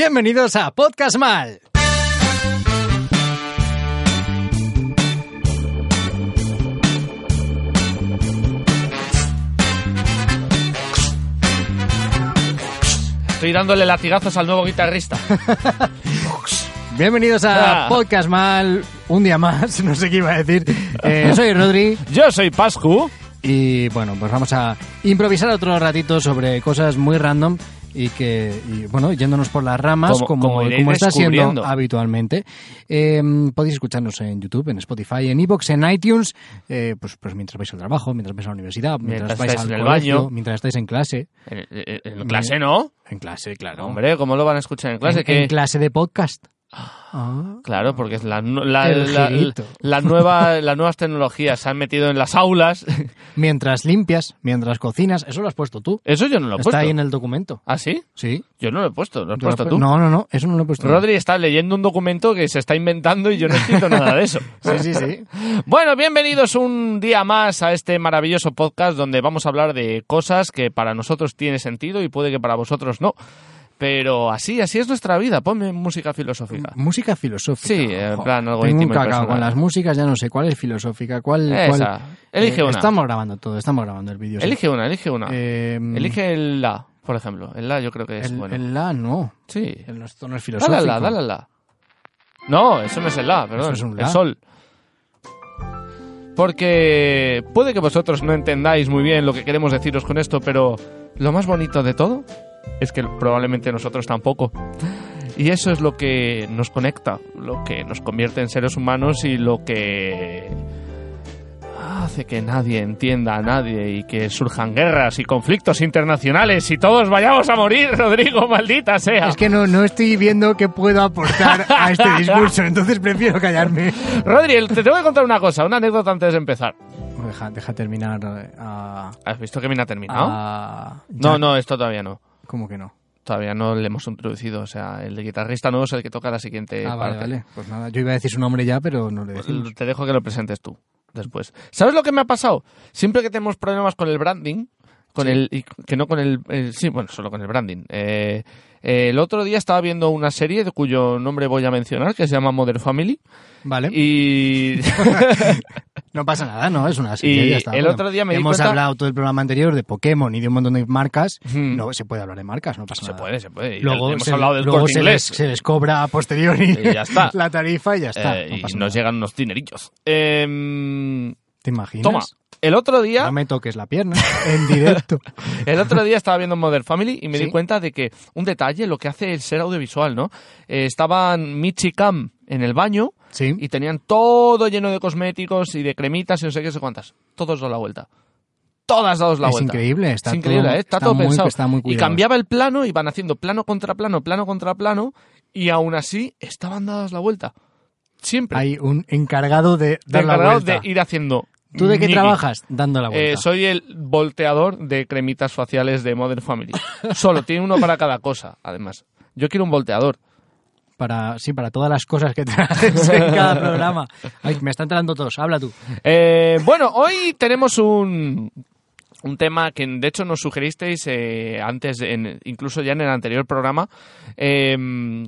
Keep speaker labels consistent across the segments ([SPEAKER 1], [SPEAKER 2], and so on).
[SPEAKER 1] Bienvenidos a Podcast Mal.
[SPEAKER 2] Estoy dándole latigazos al nuevo guitarrista.
[SPEAKER 1] Bienvenidos a
[SPEAKER 2] Ah.
[SPEAKER 1] Podcast Mal. Un día más, no sé qué iba a decir. Eh, soy Rodri
[SPEAKER 2] Yo soy Pascu.
[SPEAKER 1] y bueno, pues vamos a improvisar otro ratito sobre cosas muy random y que, y, bueno, yéndonos por las ramas
[SPEAKER 2] Como-
[SPEAKER 1] como,
[SPEAKER 2] como iréis
[SPEAKER 1] como está siendo
[SPEAKER 2] descubriendo.
[SPEAKER 1] habitualmente. Eh, podéis escucharnos en YouTube, en Spotify, en Evox, en iTunes, eh, pues, pues mientras vais al trabajo, mientras vais a la universidad, mientras,
[SPEAKER 2] Mientras
[SPEAKER 1] vais
[SPEAKER 2] estáis
[SPEAKER 1] al
[SPEAKER 2] en el
[SPEAKER 1] colegio,
[SPEAKER 2] baño.
[SPEAKER 1] mientras estáis en clase.
[SPEAKER 2] En, en- en clase no.
[SPEAKER 1] En clase, claro.
[SPEAKER 2] Hombre, ¿cómo lo van a escuchar en clase?
[SPEAKER 1] en,
[SPEAKER 2] ¿Qué?
[SPEAKER 1] en clase de podcast. Ah.
[SPEAKER 2] Claro, porque es la, nu- la-
[SPEAKER 1] El
[SPEAKER 2] la-
[SPEAKER 1] girito.
[SPEAKER 2] la nueva, las nuevas tecnologías se han metido en las aulas.
[SPEAKER 1] Mientras limpias, mientras cocinas, eso lo has puesto tú.
[SPEAKER 2] Eso yo no lo he
[SPEAKER 1] Está
[SPEAKER 2] puesto.
[SPEAKER 1] ahí en el documento.
[SPEAKER 2] ¿Ah, sí?
[SPEAKER 1] Sí.
[SPEAKER 2] Yo no lo he puesto. ¿Lo has
[SPEAKER 1] Yo lo he
[SPEAKER 2] puesto
[SPEAKER 1] pu-
[SPEAKER 2] tú?
[SPEAKER 1] No, no, no, eso no lo he puesto. yo.
[SPEAKER 2] Rodri está leyendo un documento que se está inventando y yo no he escrito nada de eso.
[SPEAKER 1] Sí, sí, sí.
[SPEAKER 2] Bueno, bienvenidos un día más a este maravilloso podcast donde vamos a hablar de cosas que para nosotros tiene sentido y puede que para vosotros no. Pero así, así es nuestra vida. Ponme música filosófica.
[SPEAKER 1] Música filosófica.
[SPEAKER 2] Sí, en
[SPEAKER 1] Joder,
[SPEAKER 2] plan algo
[SPEAKER 1] Tengo un
[SPEAKER 2] íntimo y
[SPEAKER 1] cacao
[SPEAKER 2] personal.
[SPEAKER 1] con las músicas, ya no sé cuál es filosófica, cuál... cuál-
[SPEAKER 2] Esa. Elige
[SPEAKER 1] Eh,
[SPEAKER 2] una.
[SPEAKER 1] Estamos grabando todo, estamos grabando el vídeo. sí.
[SPEAKER 2] Elige una, elige una.
[SPEAKER 1] Eh,
[SPEAKER 2] elige el la, por ejemplo. El la yo creo que es
[SPEAKER 1] el,
[SPEAKER 2] bueno.
[SPEAKER 1] el la no,
[SPEAKER 2] sí.
[SPEAKER 1] el, esto no es filosófico.
[SPEAKER 2] Dale al la, dale al la. No, eso no es el la, perdón.
[SPEAKER 1] es un la.
[SPEAKER 2] El sol. Porque puede que vosotros no entendáis muy bien lo que queremos deciros con esto, pero lo más bonito de todo es que probablemente nosotros tampoco. Y eso es lo que nos conecta, lo que nos convierte en seres humanos y lo que hace que nadie entienda a nadie y que surjan guerras y conflictos internacionales y todos vayamos a morir, Rodrigo, maldita sea.
[SPEAKER 1] Es que no, no estoy viendo qué puedo aportar a este discurso, entonces prefiero callarme.
[SPEAKER 2] Rodri, el- te tengo que contar una cosa, una anécdota antes de empezar.
[SPEAKER 1] Deja, deja terminar eh, a...
[SPEAKER 2] ¿Has visto que mina ha
[SPEAKER 1] Ah,
[SPEAKER 2] terminado?
[SPEAKER 1] a-
[SPEAKER 2] No,
[SPEAKER 1] Jack.
[SPEAKER 2] no, esto todavía no.
[SPEAKER 1] ¿Cómo que no?
[SPEAKER 2] Todavía no le hemos introducido. O sea, el guitarrista nuevo es el que toca la siguiente
[SPEAKER 1] ah, vale,
[SPEAKER 2] parte.
[SPEAKER 1] vale. Pues nada, yo iba a decir su nombre ya, pero no le decimos.
[SPEAKER 2] Te dejo que lo presentes tú después. ¿Sabes lo que me ha pasado? Siempre que tenemos problemas con el branding, con el y que no con el, el- sí, bueno, solo con el branding. Eh, eh, el otro día estaba viendo una serie de cuyo nombre voy a mencionar que se llama Mother Family
[SPEAKER 1] Pues, Vale.
[SPEAKER 2] y
[SPEAKER 1] No pasa nada, no, es una serie.
[SPEAKER 2] Y
[SPEAKER 1] ya está.
[SPEAKER 2] el otro día me di
[SPEAKER 1] Hemos
[SPEAKER 2] cuenta-
[SPEAKER 1] hablado todo el programa anterior de Pokémon y de un montón de marcas.
[SPEAKER 2] Hmm.
[SPEAKER 1] No se puede hablar de marcas, no pasa
[SPEAKER 2] se
[SPEAKER 1] nada.
[SPEAKER 2] puede, se puede. Y
[SPEAKER 1] Luego,
[SPEAKER 2] hemos
[SPEAKER 1] se,
[SPEAKER 2] hablado del
[SPEAKER 1] luego
[SPEAKER 2] corte
[SPEAKER 1] se, les,
[SPEAKER 2] inglés.
[SPEAKER 1] se les cobra a posteriori
[SPEAKER 2] Y ya está.
[SPEAKER 1] la tarifa y ya está.
[SPEAKER 2] Eh,
[SPEAKER 1] no
[SPEAKER 2] y nos
[SPEAKER 1] pasa nada.
[SPEAKER 2] llegan unos dinerillos. Em,
[SPEAKER 1] ¿Te imaginas?
[SPEAKER 2] toma, el otro día,
[SPEAKER 1] No me toques la pierna en directo.
[SPEAKER 2] el otro día estaba viendo Modern Family y me
[SPEAKER 1] Sí.
[SPEAKER 2] di cuenta de que un detalle, lo que hace el ser audiovisual, ¿no? Eh, estaban Michi y Cam en el baño
[SPEAKER 1] Sí.
[SPEAKER 2] y tenían todo lleno de cosméticos y de cremitas y no sé qué, no sé cuántas. Todos dados la vuelta. Todas dados la
[SPEAKER 1] es
[SPEAKER 2] vuelta.
[SPEAKER 1] increíble, está
[SPEAKER 2] es increíble,
[SPEAKER 1] todo,
[SPEAKER 2] ¿eh? está, todo
[SPEAKER 1] muy,
[SPEAKER 2] pensado.
[SPEAKER 1] Está muy
[SPEAKER 2] y
[SPEAKER 1] cuidado.
[SPEAKER 2] cambiaba el plano, iban haciendo plano contra plano, plano contra plano, y aún así estaban dadas la vuelta. Siempre.
[SPEAKER 1] Hay un encargado de dar la
[SPEAKER 2] encargado
[SPEAKER 1] vuelta.
[SPEAKER 2] de ir haciendo.
[SPEAKER 1] ¿Tú de qué
[SPEAKER 2] ñiqui.
[SPEAKER 1] trabajas? Dando la vuelta.
[SPEAKER 2] Eh, soy el volteador de cremitas faciales de Modern Family. Solo tiene uno para cada cosa, además. Yo quiero un volteador.
[SPEAKER 1] para sí para todas las cosas que traes en cada programa. Ay, me están entrando todos. Habla tú.
[SPEAKER 2] Eh, bueno, hoy tenemos un, un tema que de hecho nos sugeristeis eh, antes, de- en- incluso ya en el anterior programa, eh,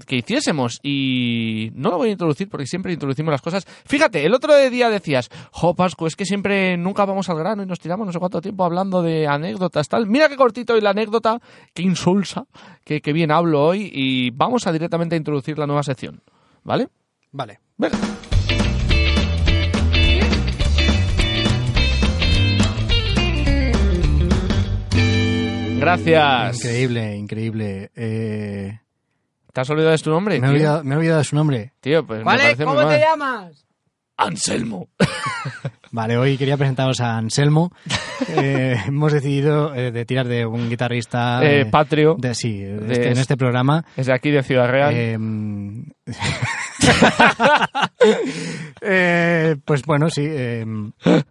[SPEAKER 2] que hiciésemos. Y no lo voy a introducir porque siempre introducimos las cosas. Fíjate, el otro día decías, jo, Pascu, es que siempre nunca vamos al grano y nos tiramos no sé cuánto tiempo hablando de anécdotas, tal. Mira qué cortito hoy la anécdota, qué insulsa, que, que bien hablo hoy. Y vamos a directamente a introducir la nueva sección, ¿vale?
[SPEAKER 1] Vale.
[SPEAKER 2] Venga. Gracias.
[SPEAKER 1] Increíble, increíble. Eh,
[SPEAKER 2] ¿Te has olvidado de tu nombre?
[SPEAKER 1] me, he
[SPEAKER 2] tío?
[SPEAKER 1] olvidado, me he olvidado de su nombre.
[SPEAKER 2] Tío, pues me parece muy mal.
[SPEAKER 1] llamas?
[SPEAKER 2] Anselmo.
[SPEAKER 1] Vale, hoy quería presentaros a Anselmo. Eh, hemos decidido eh, de tirar de un guitarrista
[SPEAKER 2] Eh,
[SPEAKER 1] eh,
[SPEAKER 2] patrio.
[SPEAKER 1] de- sí, de
[SPEAKER 2] de-
[SPEAKER 1] este- en este programa.
[SPEAKER 2] Es de aquí, de Ciudad Real.
[SPEAKER 1] Eh, eh, pues bueno, sí. eh,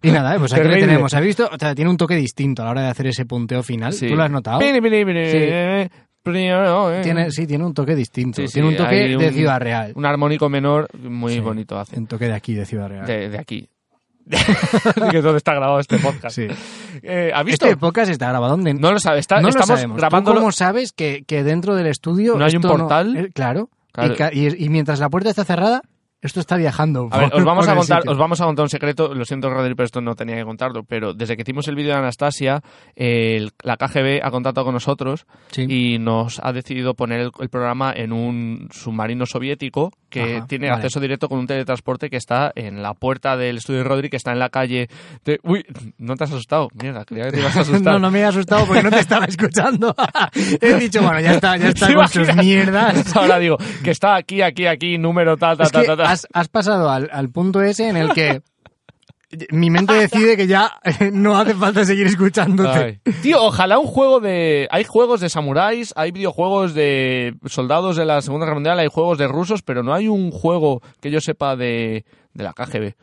[SPEAKER 1] y nada, eh, pues aquí lo
[SPEAKER 2] Terrible.
[SPEAKER 1] tenemos. ¿Has visto? O sea, tiene un toque distinto a la hora de hacer ese punteo final.
[SPEAKER 2] Sí.
[SPEAKER 1] ¿Tú lo has notado?
[SPEAKER 2] Pini, pini, pini,
[SPEAKER 1] Sí.
[SPEAKER 2] eh, primero, eh.
[SPEAKER 1] Tiene, sí, tiene un toque distinto.
[SPEAKER 2] Sí, sí,
[SPEAKER 1] tiene un toque
[SPEAKER 2] hay
[SPEAKER 1] de
[SPEAKER 2] un-
[SPEAKER 1] Ciudad Real.
[SPEAKER 2] Un armónico menor muy bonito hace.
[SPEAKER 1] Un toque de aquí, de Ciudad Real.
[SPEAKER 2] De, de aquí. que es donde está grabado este podcast.
[SPEAKER 1] Sí.
[SPEAKER 2] Eh, ¿Ha visto?
[SPEAKER 1] Este podcast está grabado donde
[SPEAKER 2] No lo sabe, está-
[SPEAKER 1] no lo
[SPEAKER 2] estamos
[SPEAKER 1] sabemos. ¿Tú
[SPEAKER 2] grabándolo.
[SPEAKER 1] cómo sabes que, que dentro del estudio
[SPEAKER 2] ¿No hay
[SPEAKER 1] esto
[SPEAKER 2] un portal?
[SPEAKER 1] eh, claro.
[SPEAKER 2] Claro.
[SPEAKER 1] Y ca- Y, y mientras la puerta está cerrada, esto está viajando.
[SPEAKER 2] A ver,
[SPEAKER 1] por-
[SPEAKER 2] os vamos
[SPEAKER 1] por
[SPEAKER 2] a
[SPEAKER 1] el
[SPEAKER 2] contar,
[SPEAKER 1] sitio.
[SPEAKER 2] os vamos a contar un secreto. Lo siento, Rodri, pero esto no tenía que contarlo. Pero desde que hicimos el vídeo de Anastasia, eh, el- la KGB ha contactado con nosotros
[SPEAKER 1] Sí.
[SPEAKER 2] y nos ha decidido poner el, el programa en un submarino soviético que
[SPEAKER 1] Ajá,
[SPEAKER 2] tiene
[SPEAKER 1] vale.
[SPEAKER 2] acceso directo con un teletransporte que está en la puerta del estudio de Rodri, que está en la calle. de- Uy, no te has asustado. Mierda, creía que te ibas a asustar.
[SPEAKER 1] No, no me he asustado porque no te estaba escuchando. He dicho, bueno, ya está, ya está
[SPEAKER 2] ¿Te
[SPEAKER 1] con sus
[SPEAKER 2] imaginas?
[SPEAKER 1] mierdas.
[SPEAKER 2] Ahora digo, que está aquí, aquí, aquí, número tal, tal,
[SPEAKER 1] Es que
[SPEAKER 2] tal, tal.
[SPEAKER 1] has, has pasado al, al punto ese en el que mi mente decide que ya no hace falta seguir escuchándote.
[SPEAKER 2] Ay. Tío, ojalá un juego de... Hay juegos de samuráis, hay videojuegos de soldados de la Segunda Guerra Mundial, hay juegos de rusos, pero no hay un juego que yo sepa de, de la KGB.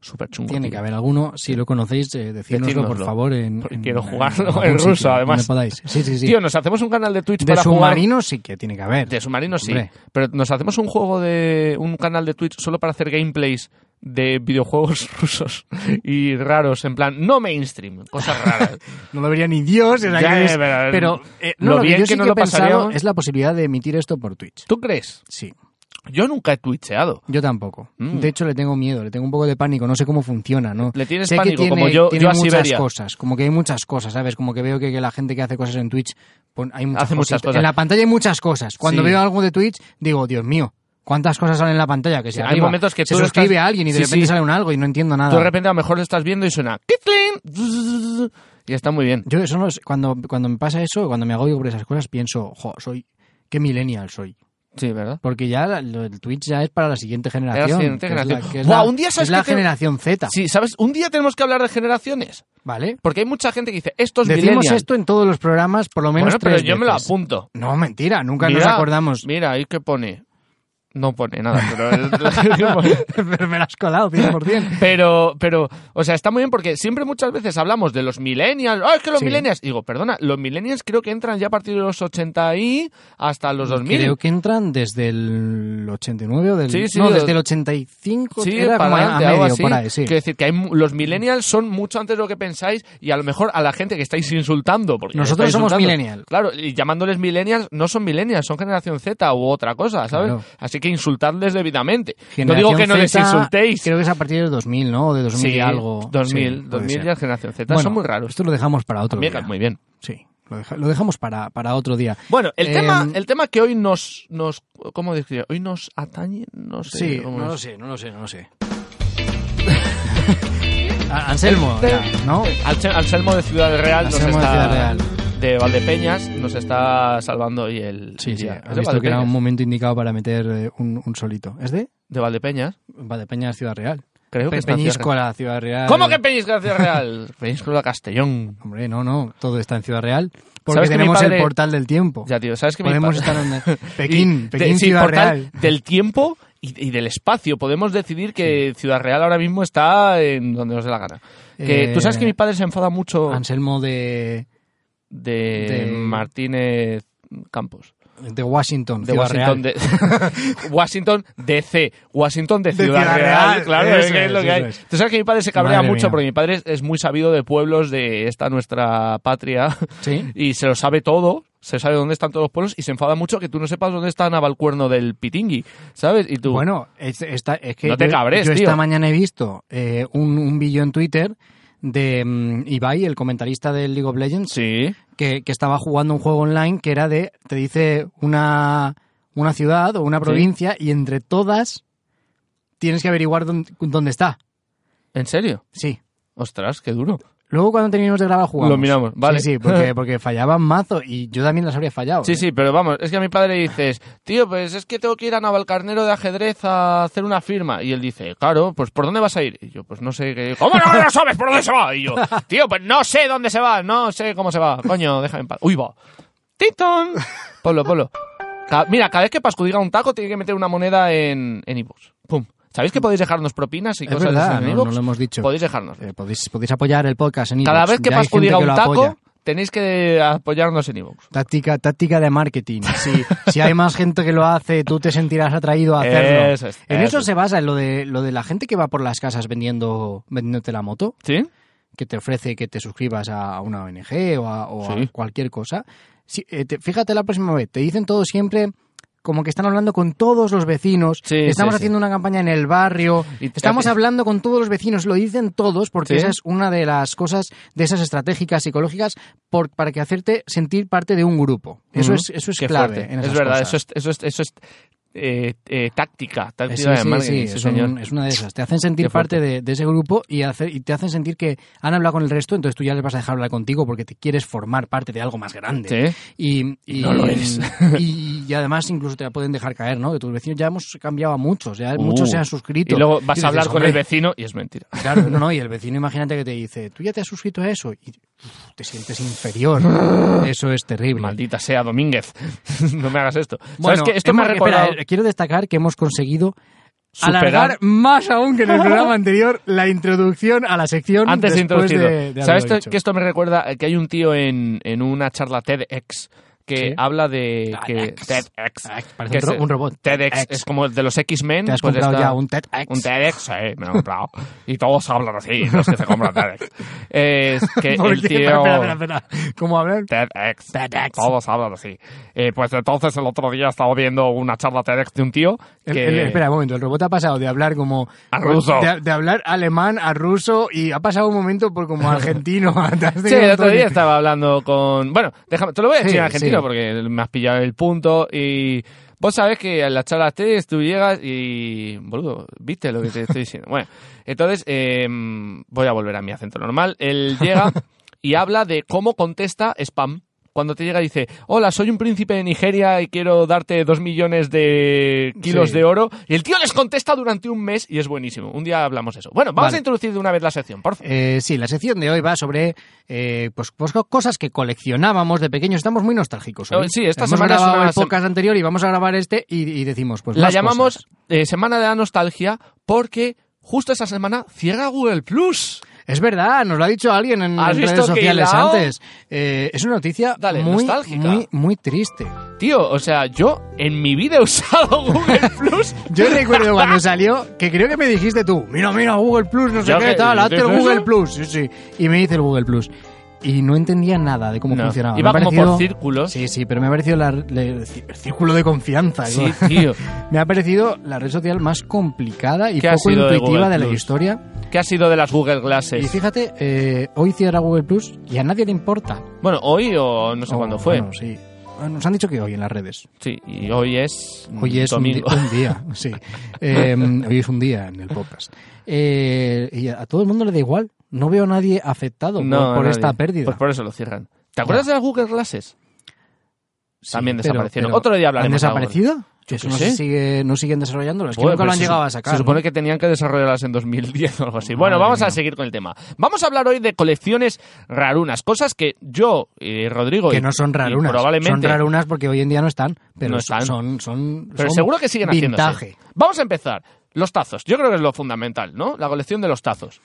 [SPEAKER 2] Súper chungo.
[SPEAKER 1] Tiene
[SPEAKER 2] tío.
[SPEAKER 1] que haber alguno, si lo conocéis, eh, decídnoslo, por
[SPEAKER 2] Decídnoslo.
[SPEAKER 1] favor. En,
[SPEAKER 2] Porque
[SPEAKER 1] en-
[SPEAKER 2] quiero jugarlo
[SPEAKER 1] algún
[SPEAKER 2] en ruso,
[SPEAKER 1] sitio, donde
[SPEAKER 2] además.
[SPEAKER 1] podáis. Sí, sí, sí.
[SPEAKER 2] Tío, nos hacemos un canal de Twitch
[SPEAKER 1] de
[SPEAKER 2] para jugar...
[SPEAKER 1] submarino sí que tiene que haber.
[SPEAKER 2] De submarino sí,
[SPEAKER 1] Hombre.
[SPEAKER 2] pero nos hacemos un juego de... un canal de Twitch solo para hacer gameplays de videojuegos rusos y raros, en plan, no mainstream, cosas raras.
[SPEAKER 1] No lo vería ni Dios. o sea,
[SPEAKER 2] Ya,
[SPEAKER 1] que es-
[SPEAKER 2] pero-
[SPEAKER 1] pero eh, no,
[SPEAKER 2] lo
[SPEAKER 1] lo, que
[SPEAKER 2] bien
[SPEAKER 1] yo
[SPEAKER 2] que
[SPEAKER 1] sí
[SPEAKER 2] no
[SPEAKER 1] que
[SPEAKER 2] lo
[SPEAKER 1] he pensado
[SPEAKER 2] pasaríamos.
[SPEAKER 1] es la posibilidad de emitir esto por Twitch.
[SPEAKER 2] ¿Tú crees?
[SPEAKER 1] Sí.
[SPEAKER 2] Yo nunca he twitcheado.
[SPEAKER 1] Yo tampoco.
[SPEAKER 2] Mm.
[SPEAKER 1] De hecho, le tengo miedo, le tengo un poco de pánico, no sé cómo funciona, ¿no?
[SPEAKER 2] Le tienes
[SPEAKER 1] Sé que
[SPEAKER 2] pánico,
[SPEAKER 1] tiene-
[SPEAKER 2] como yo-
[SPEAKER 1] tiene
[SPEAKER 2] yo a
[SPEAKER 1] muchas
[SPEAKER 2] Siberia.
[SPEAKER 1] cosas, como que hay muchas cosas, ¿sabes? Como que veo que, que la gente que hace cosas en Twitch pon- hay muchas,
[SPEAKER 2] Hace muchas cosas.
[SPEAKER 1] En la pantalla hay muchas cosas. Cuando
[SPEAKER 2] Sí.
[SPEAKER 1] veo algo de Twitch, digo, Dios mío, ¿cuántas cosas salen en la pantalla? Que si
[SPEAKER 2] Hay
[SPEAKER 1] arriba
[SPEAKER 2] momentos que
[SPEAKER 1] se
[SPEAKER 2] tú
[SPEAKER 1] suscribe
[SPEAKER 2] estás-
[SPEAKER 1] a alguien y de
[SPEAKER 2] Sí,
[SPEAKER 1] repente
[SPEAKER 2] sí.
[SPEAKER 1] sale un algo y no entiendo nada.
[SPEAKER 2] Tú de repente a lo mejor lo estás viendo y suena "Kitlin". Y está muy bien.
[SPEAKER 1] Yo eso no sé, cuando, cuando me pasa eso, cuando me agobio por esas cosas, pienso, jo, soy, qué millennial soy.
[SPEAKER 2] Sí, ¿verdad?
[SPEAKER 1] Porque ya la- lo- el Twitch ya es para la siguiente generación.
[SPEAKER 2] siguiente
[SPEAKER 1] que es
[SPEAKER 2] generación.
[SPEAKER 1] que es
[SPEAKER 2] Buah,
[SPEAKER 1] la,
[SPEAKER 2] un día
[SPEAKER 1] que
[SPEAKER 2] sabes
[SPEAKER 1] es la
[SPEAKER 2] que te-
[SPEAKER 1] generación Z,
[SPEAKER 2] Sí, ¿sabes? Un día tenemos que hablar de generaciones.
[SPEAKER 1] ¿vale?
[SPEAKER 2] Porque hay mucha gente que dice, estos
[SPEAKER 1] Decimos
[SPEAKER 2] millennials.
[SPEAKER 1] esto en todos los programas, por lo menos
[SPEAKER 2] bueno, pero
[SPEAKER 1] tres
[SPEAKER 2] yo me lo
[SPEAKER 1] veces.
[SPEAKER 2] apunto.
[SPEAKER 1] No, mentira, nunca nos
[SPEAKER 2] Mira,
[SPEAKER 1] acordamos.
[SPEAKER 2] Mira, ahí que pone. No pone nada, pero.
[SPEAKER 1] pero me lo has colado, 100%.
[SPEAKER 2] Pero, pero, o sea, está muy bien porque siempre muchas veces hablamos de los millennials. ¡Ah, es que los
[SPEAKER 1] Sí.
[SPEAKER 2] millennials! Y digo, perdona, los millennials creo que entran ya a partir de los 80 y hasta los 2000.
[SPEAKER 1] Creo que entran desde el 89 o del...
[SPEAKER 2] Sí, sí,
[SPEAKER 1] no,
[SPEAKER 2] o-
[SPEAKER 1] desde el 85,
[SPEAKER 2] Sí,
[SPEAKER 1] era
[SPEAKER 2] para
[SPEAKER 1] como a-
[SPEAKER 2] adelante,
[SPEAKER 1] a
[SPEAKER 2] algo
[SPEAKER 1] medio,
[SPEAKER 2] así.
[SPEAKER 1] por ahí, sí.
[SPEAKER 2] Quiero decir que hay mu- los millennials son mucho antes de lo que pensáis y a lo mejor a la gente que estáis insultando. Porque
[SPEAKER 1] Nosotros
[SPEAKER 2] estáis
[SPEAKER 1] somos
[SPEAKER 2] insultando.
[SPEAKER 1] millennial.
[SPEAKER 2] Claro, y llamándoles millennials no son millennials, son generación Z u otra cosa, ¿sabes?
[SPEAKER 1] Claro.
[SPEAKER 2] Así que insultadles debidamente. no
[SPEAKER 1] Generación
[SPEAKER 2] digo que no les
[SPEAKER 1] Z,
[SPEAKER 2] insultéis.
[SPEAKER 1] Creo que es a partir del 2000, ¿no? O de 2000 y algo.
[SPEAKER 2] 2000,
[SPEAKER 1] Sí, puede
[SPEAKER 2] 2000
[SPEAKER 1] ser.
[SPEAKER 2] ya es generación Z.
[SPEAKER 1] Bueno,
[SPEAKER 2] son muy raros.
[SPEAKER 1] Esto lo dejamos para otro
[SPEAKER 2] Mira,
[SPEAKER 1] día.
[SPEAKER 2] muy bien.
[SPEAKER 1] Sí, lo, deja- lo dejamos para, para otro día.
[SPEAKER 2] Bueno, el,
[SPEAKER 1] Eh,
[SPEAKER 2] tema, el tema que hoy nos, nos... ¿Cómo decir? Hoy nos atañe, no sé.
[SPEAKER 1] Sí,
[SPEAKER 2] cómo
[SPEAKER 1] no
[SPEAKER 2] es.
[SPEAKER 1] lo sé, no lo sé, no lo sé. A- Anselmo, era, ¿no?
[SPEAKER 2] Alche- Anselmo de Ciudad Real nos
[SPEAKER 1] Anselmo de
[SPEAKER 2] está
[SPEAKER 1] Ciudad Real.
[SPEAKER 2] de Valdepeñas nos está salvando hoy el
[SPEAKER 1] Sí, sí,
[SPEAKER 2] día. ¿Es
[SPEAKER 1] has
[SPEAKER 2] de
[SPEAKER 1] visto que era
[SPEAKER 2] Valdepeñas?
[SPEAKER 1] un momento indicado para meter eh, un, un solito. ¿Es de?
[SPEAKER 2] de Valdepeñas,
[SPEAKER 1] Valdepeñas, Ciudad Real.
[SPEAKER 2] creo que
[SPEAKER 1] Pe-
[SPEAKER 2] está en Ciudad
[SPEAKER 1] Peñíscola, Ciudad
[SPEAKER 2] Real.
[SPEAKER 1] Real.
[SPEAKER 2] ¿Cómo que Peñíscola Ciudad Real? Peñíscola Castellón.
[SPEAKER 1] Hombre, no, no, todo está en Ciudad Real. Porque
[SPEAKER 2] ¿Sabes que mi
[SPEAKER 1] tenemos
[SPEAKER 2] padre-
[SPEAKER 1] el portal del tiempo.
[SPEAKER 2] Ya, tío, ¿sabes que mi
[SPEAKER 1] Podemos
[SPEAKER 2] pa-
[SPEAKER 1] estar en
[SPEAKER 2] Y de-
[SPEAKER 1] Pekín, Pekín,
[SPEAKER 2] sí,
[SPEAKER 1] Ciudad
[SPEAKER 2] portal
[SPEAKER 1] Real.
[SPEAKER 2] del tiempo y, y del espacio. Podemos decidir que Ciudad Real ahora mismo está en donde nos dé la gana. Que, Tú sabes
[SPEAKER 1] Eh,
[SPEAKER 2] que mi padre se enfada mucho
[SPEAKER 1] Anselmo de,
[SPEAKER 2] de,
[SPEAKER 1] de-
[SPEAKER 2] Martínez Campos.
[SPEAKER 1] de Washington,
[SPEAKER 2] De
[SPEAKER 1] Ciudad Real.
[SPEAKER 2] Washington, de- Washington DC, Washington de
[SPEAKER 1] De
[SPEAKER 2] Ciudad,
[SPEAKER 1] Ciudad
[SPEAKER 2] Real,
[SPEAKER 1] Real,
[SPEAKER 2] claro,
[SPEAKER 1] eso
[SPEAKER 2] es que es
[SPEAKER 1] es,
[SPEAKER 2] lo que
[SPEAKER 1] eso
[SPEAKER 2] hay.
[SPEAKER 1] es.
[SPEAKER 2] Tú sabes que mi padre se cabrea
[SPEAKER 1] Madre
[SPEAKER 2] mucho
[SPEAKER 1] mía.
[SPEAKER 2] porque mi padre es- es muy sabido de pueblos de esta nuestra patria
[SPEAKER 1] Sí.
[SPEAKER 2] y se lo sabe todo, se sabe dónde están todos los pueblos y se enfada mucho que tú no sepas dónde está Navalcuerno del Pitingui, ¿sabes? Y tú,
[SPEAKER 1] Bueno, es, esta- es que
[SPEAKER 2] No te
[SPEAKER 1] yo,
[SPEAKER 2] cabres,
[SPEAKER 1] yo
[SPEAKER 2] tío.
[SPEAKER 1] esta mañana he visto eh, un, un vídeo en Twitter de mm, Ibai, el comentarista del League of Legends,
[SPEAKER 2] sí,
[SPEAKER 1] que, que estaba jugando un juego online que era de, te dice una, una ciudad o una provincia y entre todas tienes que averiguar dón- dónde, está.
[SPEAKER 2] ¿en serio?
[SPEAKER 1] Sí.
[SPEAKER 2] Ostras, qué duro.
[SPEAKER 1] Luego cuando terminemos de grabar jugamos.
[SPEAKER 2] Lo miramos, vale.
[SPEAKER 1] Sí, sí, porque, porque fallaban mazo y yo también las habría fallado.
[SPEAKER 2] Sí,
[SPEAKER 1] ¿eh?
[SPEAKER 2] sí, pero vamos, es que a mi padre dices, tío, pues es que tengo que ir a Navalcarnero de ajedrez a hacer una firma. Y él dice, claro, pues ¿por dónde vas a ir? Y yo, pues no sé qué. ¿Cómo no, no sabes por dónde se va? Y yo, tío, pues no sé dónde se va, no sé cómo se va. Coño, déjame en paz. Uy, va. ¡Titón! Polo, polo. Ca- Mira, cada vez que Pascu diga un taco, tiene que meter una moneda en, en iVoox. Pum. ¿sabéis que podéis dejarnos propinas y
[SPEAKER 1] Es
[SPEAKER 2] cosas
[SPEAKER 1] verdad,
[SPEAKER 2] así en
[SPEAKER 1] no,
[SPEAKER 2] iVoox?
[SPEAKER 1] no lo hemos dicho.
[SPEAKER 2] Podéis dejarnos.
[SPEAKER 1] Eh, podéis, podéis apoyar el podcast en
[SPEAKER 2] Cada
[SPEAKER 1] iVoox,
[SPEAKER 2] vez que
[SPEAKER 1] ya hay
[SPEAKER 2] Pascu
[SPEAKER 1] gente
[SPEAKER 2] diga
[SPEAKER 1] que
[SPEAKER 2] un
[SPEAKER 1] lo
[SPEAKER 2] taco,
[SPEAKER 1] apoya.
[SPEAKER 2] tenéis que apoyarnos en Evox.
[SPEAKER 1] Táctica, táctica de marketing. Si, si hay más gente que lo hace, tú te sentirás atraído a hacerlo.
[SPEAKER 2] Eso es,
[SPEAKER 1] en
[SPEAKER 2] eso
[SPEAKER 1] eso
[SPEAKER 2] es.
[SPEAKER 1] se basa en lo de, lo de la gente que va por las casas vendiendo, vendiéndote la moto,
[SPEAKER 2] ¿Sí?
[SPEAKER 1] que te ofrece que te suscribas a una ONG o a, o a
[SPEAKER 2] Sí.
[SPEAKER 1] cualquier cosa. Si- eh, te- fíjate la próxima vez, te dicen todo siempre como que están hablando con todos los vecinos,
[SPEAKER 2] Sí,
[SPEAKER 1] estamos
[SPEAKER 2] sí, sí.
[SPEAKER 1] haciendo una campaña en el barrio,
[SPEAKER 2] Y te-
[SPEAKER 1] estamos hablando con todos los vecinos, lo dicen todos porque
[SPEAKER 2] Sí.
[SPEAKER 1] esa es una de las cosas, de esas estratégicas psicológicas por- para que hacerte sentir parte de un grupo. Eso
[SPEAKER 2] Ujú.
[SPEAKER 1] es, eso es
[SPEAKER 2] Qué
[SPEAKER 1] clave.
[SPEAKER 2] fuerte.
[SPEAKER 1] en
[SPEAKER 2] Es
[SPEAKER 1] esas
[SPEAKER 2] verdad,
[SPEAKER 1] cosas.
[SPEAKER 2] eso es, eso es, eso es eh, eh, táctica,
[SPEAKER 1] Eh,
[SPEAKER 2] táctica
[SPEAKER 1] Sí,
[SPEAKER 2] de
[SPEAKER 1] sí,
[SPEAKER 2] marketing,
[SPEAKER 1] sí,
[SPEAKER 2] sí,
[SPEAKER 1] es,
[SPEAKER 2] señor.
[SPEAKER 1] un- es una de esas. Te hacen sentir
[SPEAKER 2] Qué fuerte.
[SPEAKER 1] parte de, de ese grupo y, hace- y te hacen sentir que han hablado con el resto, entonces tú ya les vas a dejar hablar contigo porque te quieres formar parte de algo más grande.
[SPEAKER 2] Sí.
[SPEAKER 1] Y,
[SPEAKER 2] Y no lo eres.
[SPEAKER 1] Y, y además incluso te la pueden dejar caer, ¿no? De tus vecinos ya hemos cambiado a muchos, ya
[SPEAKER 2] Uh.
[SPEAKER 1] muchos se han suscrito.
[SPEAKER 2] Y luego vas
[SPEAKER 1] dices,
[SPEAKER 2] a hablar con el
[SPEAKER 1] "Hombre,
[SPEAKER 2] vecino y es mentira.
[SPEAKER 1] Claro, no, no, y el vecino imagínate que te dice, tú ya te has suscrito a eso y uf, te sientes inferior. Eso es terrible.
[SPEAKER 2] Maldita sea Domínguez. no me hagas esto.
[SPEAKER 1] Bueno,
[SPEAKER 2] ¿Sabes qué? Esto me ha
[SPEAKER 1] hemos-
[SPEAKER 2] recordado
[SPEAKER 1] espera, eh, quiero destacar que hemos conseguido
[SPEAKER 2] superar-
[SPEAKER 1] alargar más aún que en el programa anterior la introducción a la sección
[SPEAKER 2] Antes de
[SPEAKER 1] después
[SPEAKER 2] introducirlo.
[SPEAKER 1] de- de
[SPEAKER 2] ¿Sabes
[SPEAKER 1] haberlo
[SPEAKER 2] esto-
[SPEAKER 1] hecho.
[SPEAKER 2] que esto me recuerda? Eh, Que hay un tío en, en una charla TEDx que
[SPEAKER 1] Sí.
[SPEAKER 2] habla de
[SPEAKER 1] Ah,
[SPEAKER 2] que
[SPEAKER 1] ex.
[SPEAKER 2] TEDx,
[SPEAKER 1] Ah,
[SPEAKER 2] que
[SPEAKER 1] Parece un,
[SPEAKER 2] es-
[SPEAKER 1] ro- un robot.
[SPEAKER 2] TEDx
[SPEAKER 1] Ex.
[SPEAKER 2] es como el de los X-Men.
[SPEAKER 1] Te has
[SPEAKER 2] pues
[SPEAKER 1] comprado
[SPEAKER 2] está-
[SPEAKER 1] ya un TEDx.
[SPEAKER 2] Un E TEDx, sí, me lo he comprado. Y todos hablan así, los que se compran E TEDx. E Es que
[SPEAKER 1] Porque-
[SPEAKER 2] el tío... E
[SPEAKER 1] espera, espera, E espera, espera. ¿Cómo hablar?
[SPEAKER 2] TEDx.
[SPEAKER 1] TEDx.
[SPEAKER 2] Todos hablan así. Eh, pues entonces el otro día estaba viendo una charla E TEDx de un tío que...
[SPEAKER 1] El- el- espera un momento, el robot ha pasado de hablar como.
[SPEAKER 2] A ruso.
[SPEAKER 1] De, de hablar alemán a ruso y ha pasado un momento por como argentino.
[SPEAKER 2] Sí, el otro día estaba hablando con... Bueno, déjame, te lo voy a decir
[SPEAKER 1] Sí,
[SPEAKER 2] en
[SPEAKER 1] sí.
[SPEAKER 2] argentino porque me has pillado el punto y... Vos sabés que a las charlas TEDx tú llegas y... Boludo, ¿viste lo que te estoy diciendo? Bueno, entonces em, voy a volver a mi acento normal. Él llega y habla de cómo contesta spam. Cuando te llega y dice, hola, soy un príncipe de Nigeria y quiero darte dos millones de kilos
[SPEAKER 1] Sí.
[SPEAKER 2] de oro. Y el tío les contesta durante un mes y es buenísimo. Un día hablamos eso. Bueno, vamos
[SPEAKER 1] Vale.
[SPEAKER 2] a introducir de una vez la sección, por favor.
[SPEAKER 1] Eh, sí, la sección de hoy va sobre eh, pues, pues, cosas que coleccionábamos de pequeños. Estamos muy nostálgicos. hoy.
[SPEAKER 2] Eh, sí, esta
[SPEAKER 1] Hemos
[SPEAKER 2] semana es
[SPEAKER 1] grabado
[SPEAKER 2] una
[SPEAKER 1] el
[SPEAKER 2] sem-
[SPEAKER 1] podcast anterior y vamos a grabar este y, y decimos, pues
[SPEAKER 2] la
[SPEAKER 1] más
[SPEAKER 2] llamamos
[SPEAKER 1] cosas.
[SPEAKER 2] eh, Semana de la Nostalgia porque justo esa semana cierra Google Plus.
[SPEAKER 1] Es verdad, nos lo ha dicho alguien en
[SPEAKER 2] ¿Has
[SPEAKER 1] en redes
[SPEAKER 2] visto que
[SPEAKER 1] sociales
[SPEAKER 2] hilao?
[SPEAKER 1] antes. Eh, es una noticia
[SPEAKER 2] Dale,
[SPEAKER 1] muy,
[SPEAKER 2] nostálgica.
[SPEAKER 1] muy, muy triste.
[SPEAKER 2] Tío, o sea, yo en mi vida he usado Google Plus.
[SPEAKER 1] Yo recuerdo cuando salió que creo que me dijiste tú, mira, mira, Google Plus, no sé
[SPEAKER 2] Yo
[SPEAKER 1] qué
[SPEAKER 2] que-
[SPEAKER 1] tal, hazte el
[SPEAKER 2] ¿dices
[SPEAKER 1] Google
[SPEAKER 2] eso?
[SPEAKER 1] Plus. Sí, sí. Y me hice el Google Plus. Y no entendía nada de cómo
[SPEAKER 2] No,
[SPEAKER 1] funcionaba.
[SPEAKER 2] Iba
[SPEAKER 1] Me ha
[SPEAKER 2] como
[SPEAKER 1] parecido-
[SPEAKER 2] por círculos.
[SPEAKER 1] Sí, sí, pero me ha parecido la- la- el círculo de confianza.
[SPEAKER 2] Sí,
[SPEAKER 1] ¿no?
[SPEAKER 2] tío.
[SPEAKER 1] Me ha parecido la red social más complicada y
[SPEAKER 2] ¿Qué ha
[SPEAKER 1] poco
[SPEAKER 2] sido de
[SPEAKER 1] intuitiva
[SPEAKER 2] Google
[SPEAKER 1] de, la
[SPEAKER 2] Plus?
[SPEAKER 1] historia.
[SPEAKER 2] ¿Qué ha sido de las Google
[SPEAKER 1] Y
[SPEAKER 2] Glasses?
[SPEAKER 1] fíjate, eh, hoy cierra Google Plus y a nadie le importa.
[SPEAKER 2] Bueno, hoy o no sé
[SPEAKER 1] Oh,
[SPEAKER 2] cuándo fue.
[SPEAKER 1] bueno, sí. Ah, Nos han dicho que hoy en las redes.
[SPEAKER 2] Sí, y hoy es mm,
[SPEAKER 1] Hoy es un, di-
[SPEAKER 2] domingo.
[SPEAKER 1] un día, sí. Eh, hoy es un día en el podcast. Eh, y a a todo el mundo le da igual. No veo a nadie afectado por-
[SPEAKER 2] No,
[SPEAKER 1] por,
[SPEAKER 2] nadie.
[SPEAKER 1] esta pérdida.
[SPEAKER 2] Pues por eso lo cierran. ¿Te acuerdas de las Google Glasses?
[SPEAKER 1] Sí,
[SPEAKER 2] También
[SPEAKER 1] pero-
[SPEAKER 2] desaparecieron.
[SPEAKER 1] pero
[SPEAKER 2] Otro día hablaremos.
[SPEAKER 1] ¿Han
[SPEAKER 2] de algo.
[SPEAKER 1] desaparecido?
[SPEAKER 2] Yo
[SPEAKER 1] Eso
[SPEAKER 2] qué
[SPEAKER 1] no,
[SPEAKER 2] sé.
[SPEAKER 1] se sigue, no siguen desarrollándolas. que
[SPEAKER 2] Bueno,
[SPEAKER 1] nunca
[SPEAKER 2] pero
[SPEAKER 1] lo han
[SPEAKER 2] se
[SPEAKER 1] llegado
[SPEAKER 2] su-
[SPEAKER 1] a sacar.
[SPEAKER 2] Se
[SPEAKER 1] ¿no?
[SPEAKER 2] supone que tenían que desarrollarlas en 2010 o algo así. Bueno,
[SPEAKER 1] Madre
[SPEAKER 2] vamos a
[SPEAKER 1] mía.
[SPEAKER 2] seguir con el tema. Vamos a hablar hoy de colecciones rarunas, cosas que yo, eh, Rodrigo, y-
[SPEAKER 1] que no son
[SPEAKER 2] y
[SPEAKER 1] rarunas.
[SPEAKER 2] probablemente,
[SPEAKER 1] Son rarunas porque hoy en día no están, pero
[SPEAKER 2] No están.
[SPEAKER 1] son son
[SPEAKER 2] pero
[SPEAKER 1] son
[SPEAKER 2] seguro que siguen
[SPEAKER 1] vintage.
[SPEAKER 2] haciéndose. Vamos a empezar. Los tazos. Yo creo que es lo fundamental, ¿no? La colección de los tazos.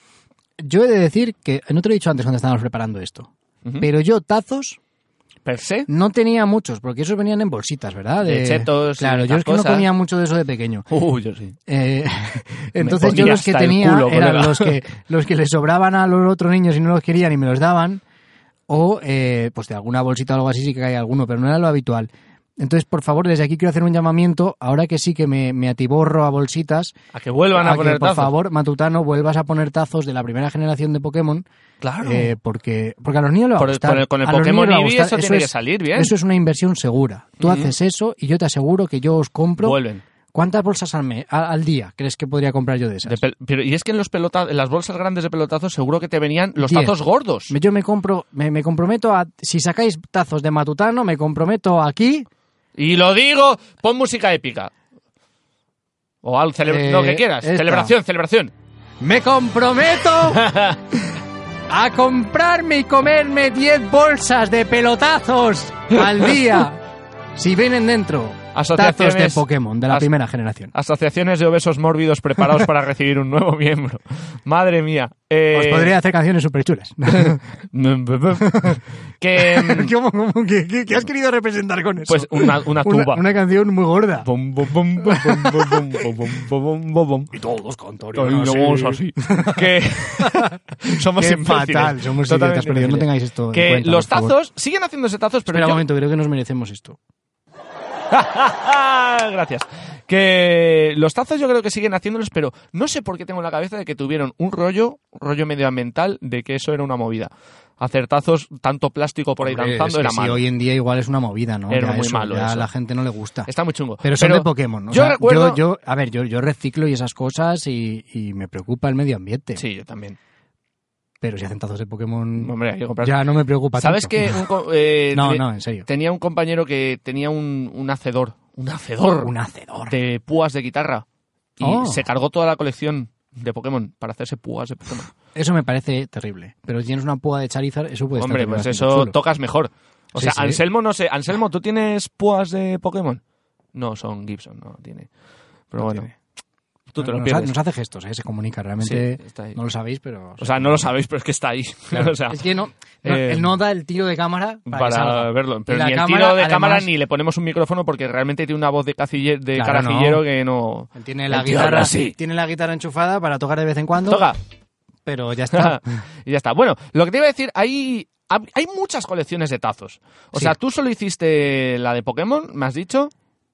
[SPEAKER 1] Yo he de decir que no te lo he dicho antes cuando estábamos preparando esto.
[SPEAKER 2] Ujú.
[SPEAKER 1] Pero yo tazos
[SPEAKER 2] Per se.
[SPEAKER 1] no tenía muchos, porque esos venían en bolsitas, ¿verdad?
[SPEAKER 2] De chetos y
[SPEAKER 1] Claro, yo
[SPEAKER 2] estas
[SPEAKER 1] es que no
[SPEAKER 2] cosas.
[SPEAKER 1] comía mucho de eso de pequeño.
[SPEAKER 2] Uh, yo sí.
[SPEAKER 1] Eh, entonces
[SPEAKER 2] ponía
[SPEAKER 1] yo los que
[SPEAKER 2] hasta el
[SPEAKER 1] tenía
[SPEAKER 2] culo,
[SPEAKER 1] eran
[SPEAKER 2] colega.
[SPEAKER 1] los que, los que le sobraban a los otros niños y no los querían y me los daban, o eh, pues de alguna bolsita o algo así sí que caía alguno, pero no era lo habitual. Entonces, por favor, desde aquí quiero hacer un llamamiento, ahora que sí que me, me atiborro a bolsitas,
[SPEAKER 2] A que vuelvan a,
[SPEAKER 1] a que,
[SPEAKER 2] poner
[SPEAKER 1] por
[SPEAKER 2] tazos.
[SPEAKER 1] favor, Matutano, vuelvas a poner tazos de la primera generación de Pokémon,
[SPEAKER 2] Claro.
[SPEAKER 1] eh, porque, porque a los niños les va a
[SPEAKER 2] Por el-
[SPEAKER 1] gustar.
[SPEAKER 2] con el- con el
[SPEAKER 1] A los niños
[SPEAKER 2] Pokémon
[SPEAKER 1] les va a
[SPEAKER 2] Eevee
[SPEAKER 1] gustar.
[SPEAKER 2] eso tiene que
[SPEAKER 1] es-
[SPEAKER 2] salir bien.
[SPEAKER 1] Eso es una inversión segura. Tú
[SPEAKER 2] Ujú.
[SPEAKER 1] haces eso y yo te aseguro que yo os compro
[SPEAKER 2] Vuelven.
[SPEAKER 1] ¿Cuántas bolsas al, me- a- al día crees que podría comprar yo de esas?
[SPEAKER 2] De pel- pero, y es que en los pelota en las bolsas grandes de pelotazos seguro que te venían los
[SPEAKER 1] Diez.
[SPEAKER 2] tazos gordos.
[SPEAKER 1] Me- yo me compro, me, me comprometo a, si sacáis tazos de matutano, me comprometo aquí.
[SPEAKER 2] Y lo digo, pon música épica. O algo, cele-
[SPEAKER 1] Eh,
[SPEAKER 2] lo que quieras.
[SPEAKER 1] esta.
[SPEAKER 2] Celebración, celebración.
[SPEAKER 1] Me comprometo a comprarme y comerme 10 bolsas de pelotazos al día. si vienen dentro tazos de
[SPEAKER 2] Asociaciones,
[SPEAKER 1] Pokémon de la
[SPEAKER 2] as-
[SPEAKER 1] primera generación.
[SPEAKER 2] asociaciones de obesos mórbidos preparados para recibir un nuevo miembro. Madre mía. Eh,
[SPEAKER 1] Os Pues podría hacer canciones súper chulas.
[SPEAKER 2] que, mm,
[SPEAKER 1] ¿Cómo, cómo, qué, qué- qué has querido representar con eso?
[SPEAKER 2] pues una, una tuba.
[SPEAKER 1] Una, canción muy gorda.
[SPEAKER 2] Bom, bom, bom, bom, bom, bom, bom, bom, bom, bom, bom.
[SPEAKER 1] Y todos cantarían
[SPEAKER 2] Ay, no vamos así. Que somos
[SPEAKER 1] Qué
[SPEAKER 2] imbéciles.
[SPEAKER 1] fatal. Somos
[SPEAKER 2] Totalmente
[SPEAKER 1] idiotas, pero no
[SPEAKER 2] imbéciles.
[SPEAKER 1] tengáis esto en
[SPEAKER 2] Que
[SPEAKER 1] cuenta,
[SPEAKER 2] los
[SPEAKER 1] por favor.
[SPEAKER 2] tazos, siguen haciéndose tazos, pero
[SPEAKER 1] Espera un
[SPEAKER 2] yo-
[SPEAKER 1] momento, creo que nos merecemos esto.
[SPEAKER 2] Gracias. Que los tazos yo creo que siguen haciéndolos, pero no sé por qué tengo en la cabeza de que tuvieron un rollo, rollo medioambiental, de que eso era una movida. Hacer tazos, tanto plástico por ahí
[SPEAKER 1] Hombre,
[SPEAKER 2] danzando,
[SPEAKER 1] es que
[SPEAKER 2] era
[SPEAKER 1] sí,
[SPEAKER 2] malo.
[SPEAKER 1] hoy en día igual es una movida, ¿no?
[SPEAKER 2] Era
[SPEAKER 1] Ya
[SPEAKER 2] muy
[SPEAKER 1] eso,
[SPEAKER 2] malo
[SPEAKER 1] ya
[SPEAKER 2] eso.
[SPEAKER 1] a la gente no le gusta.
[SPEAKER 2] Está muy chungo.
[SPEAKER 1] Pero son de Pokémon. ¿no? O
[SPEAKER 2] yo
[SPEAKER 1] sea,
[SPEAKER 2] recuerdo...
[SPEAKER 1] yo, yo- a ver, yo, yo reciclo y esas cosas y, y me preocupa el medio ambiente.
[SPEAKER 2] Sí, yo también.
[SPEAKER 1] Pero si hacen tazos de Pokémon,
[SPEAKER 2] Hombre, hay que comprar.
[SPEAKER 1] ya no me preocupa
[SPEAKER 2] ¿Sabes
[SPEAKER 1] tanto.
[SPEAKER 2] que un co- eh,
[SPEAKER 1] No,
[SPEAKER 2] te-
[SPEAKER 1] no, en serio.
[SPEAKER 2] tenía un compañero que tenía un, un hacedor, un hacedor
[SPEAKER 1] Un hacedor.
[SPEAKER 2] de púas de guitarra y
[SPEAKER 1] Oh.
[SPEAKER 2] se cargó toda la colección de Pokémon para hacerse púas de Pokémon.
[SPEAKER 1] Eso me parece terrible. Pero si tienes una púa de Charizard, eso puede
[SPEAKER 2] Hombre,
[SPEAKER 1] estar
[SPEAKER 2] pues
[SPEAKER 1] bastante
[SPEAKER 2] eso
[SPEAKER 1] chulo.
[SPEAKER 2] tocas mejor. O
[SPEAKER 1] Sí,
[SPEAKER 2] sea,
[SPEAKER 1] sí.
[SPEAKER 2] Anselmo no sé. Anselmo, ¿tú tienes púas de Pokémon? No, son Gibson, no tiene.
[SPEAKER 1] No
[SPEAKER 2] Pero bueno,
[SPEAKER 1] tiene.
[SPEAKER 2] tú te lo
[SPEAKER 1] nos, ha-
[SPEAKER 2] pierdes.
[SPEAKER 1] nos hace gestos, ¿eh? se comunica.
[SPEAKER 2] Sí,
[SPEAKER 1] Realmente
[SPEAKER 2] está ahí.
[SPEAKER 1] no lo sabéis, pero...
[SPEAKER 2] O sea, no lo sabéis, pero es que está ahí.
[SPEAKER 1] Claro,
[SPEAKER 2] o sea,
[SPEAKER 1] es que no, no,
[SPEAKER 2] eh,
[SPEAKER 1] él no da el tiro de cámara para, que
[SPEAKER 2] para
[SPEAKER 1] salga.
[SPEAKER 2] verlo.
[SPEAKER 1] Y
[SPEAKER 2] Pero
[SPEAKER 1] la
[SPEAKER 2] ni el
[SPEAKER 1] cámara,
[SPEAKER 2] tiro de
[SPEAKER 1] además,
[SPEAKER 2] cámara ni le ponemos un micrófono porque realmente tiene una voz de, cacille- de
[SPEAKER 1] Claro,
[SPEAKER 2] carajillero
[SPEAKER 1] no.
[SPEAKER 2] que no.
[SPEAKER 1] Él tiene la
[SPEAKER 2] El tío habla
[SPEAKER 1] guitarra,
[SPEAKER 2] así.
[SPEAKER 1] tiene la guitarra enchufada para tocar de vez en cuando,
[SPEAKER 2] Toca.
[SPEAKER 1] pero ya está.
[SPEAKER 2] y ya está. Bueno, lo que te iba a decir, hay, hay muchas colecciones de tazos. O
[SPEAKER 1] Sí.
[SPEAKER 2] sea, tú solo hiciste la de Pokémon, me has dicho.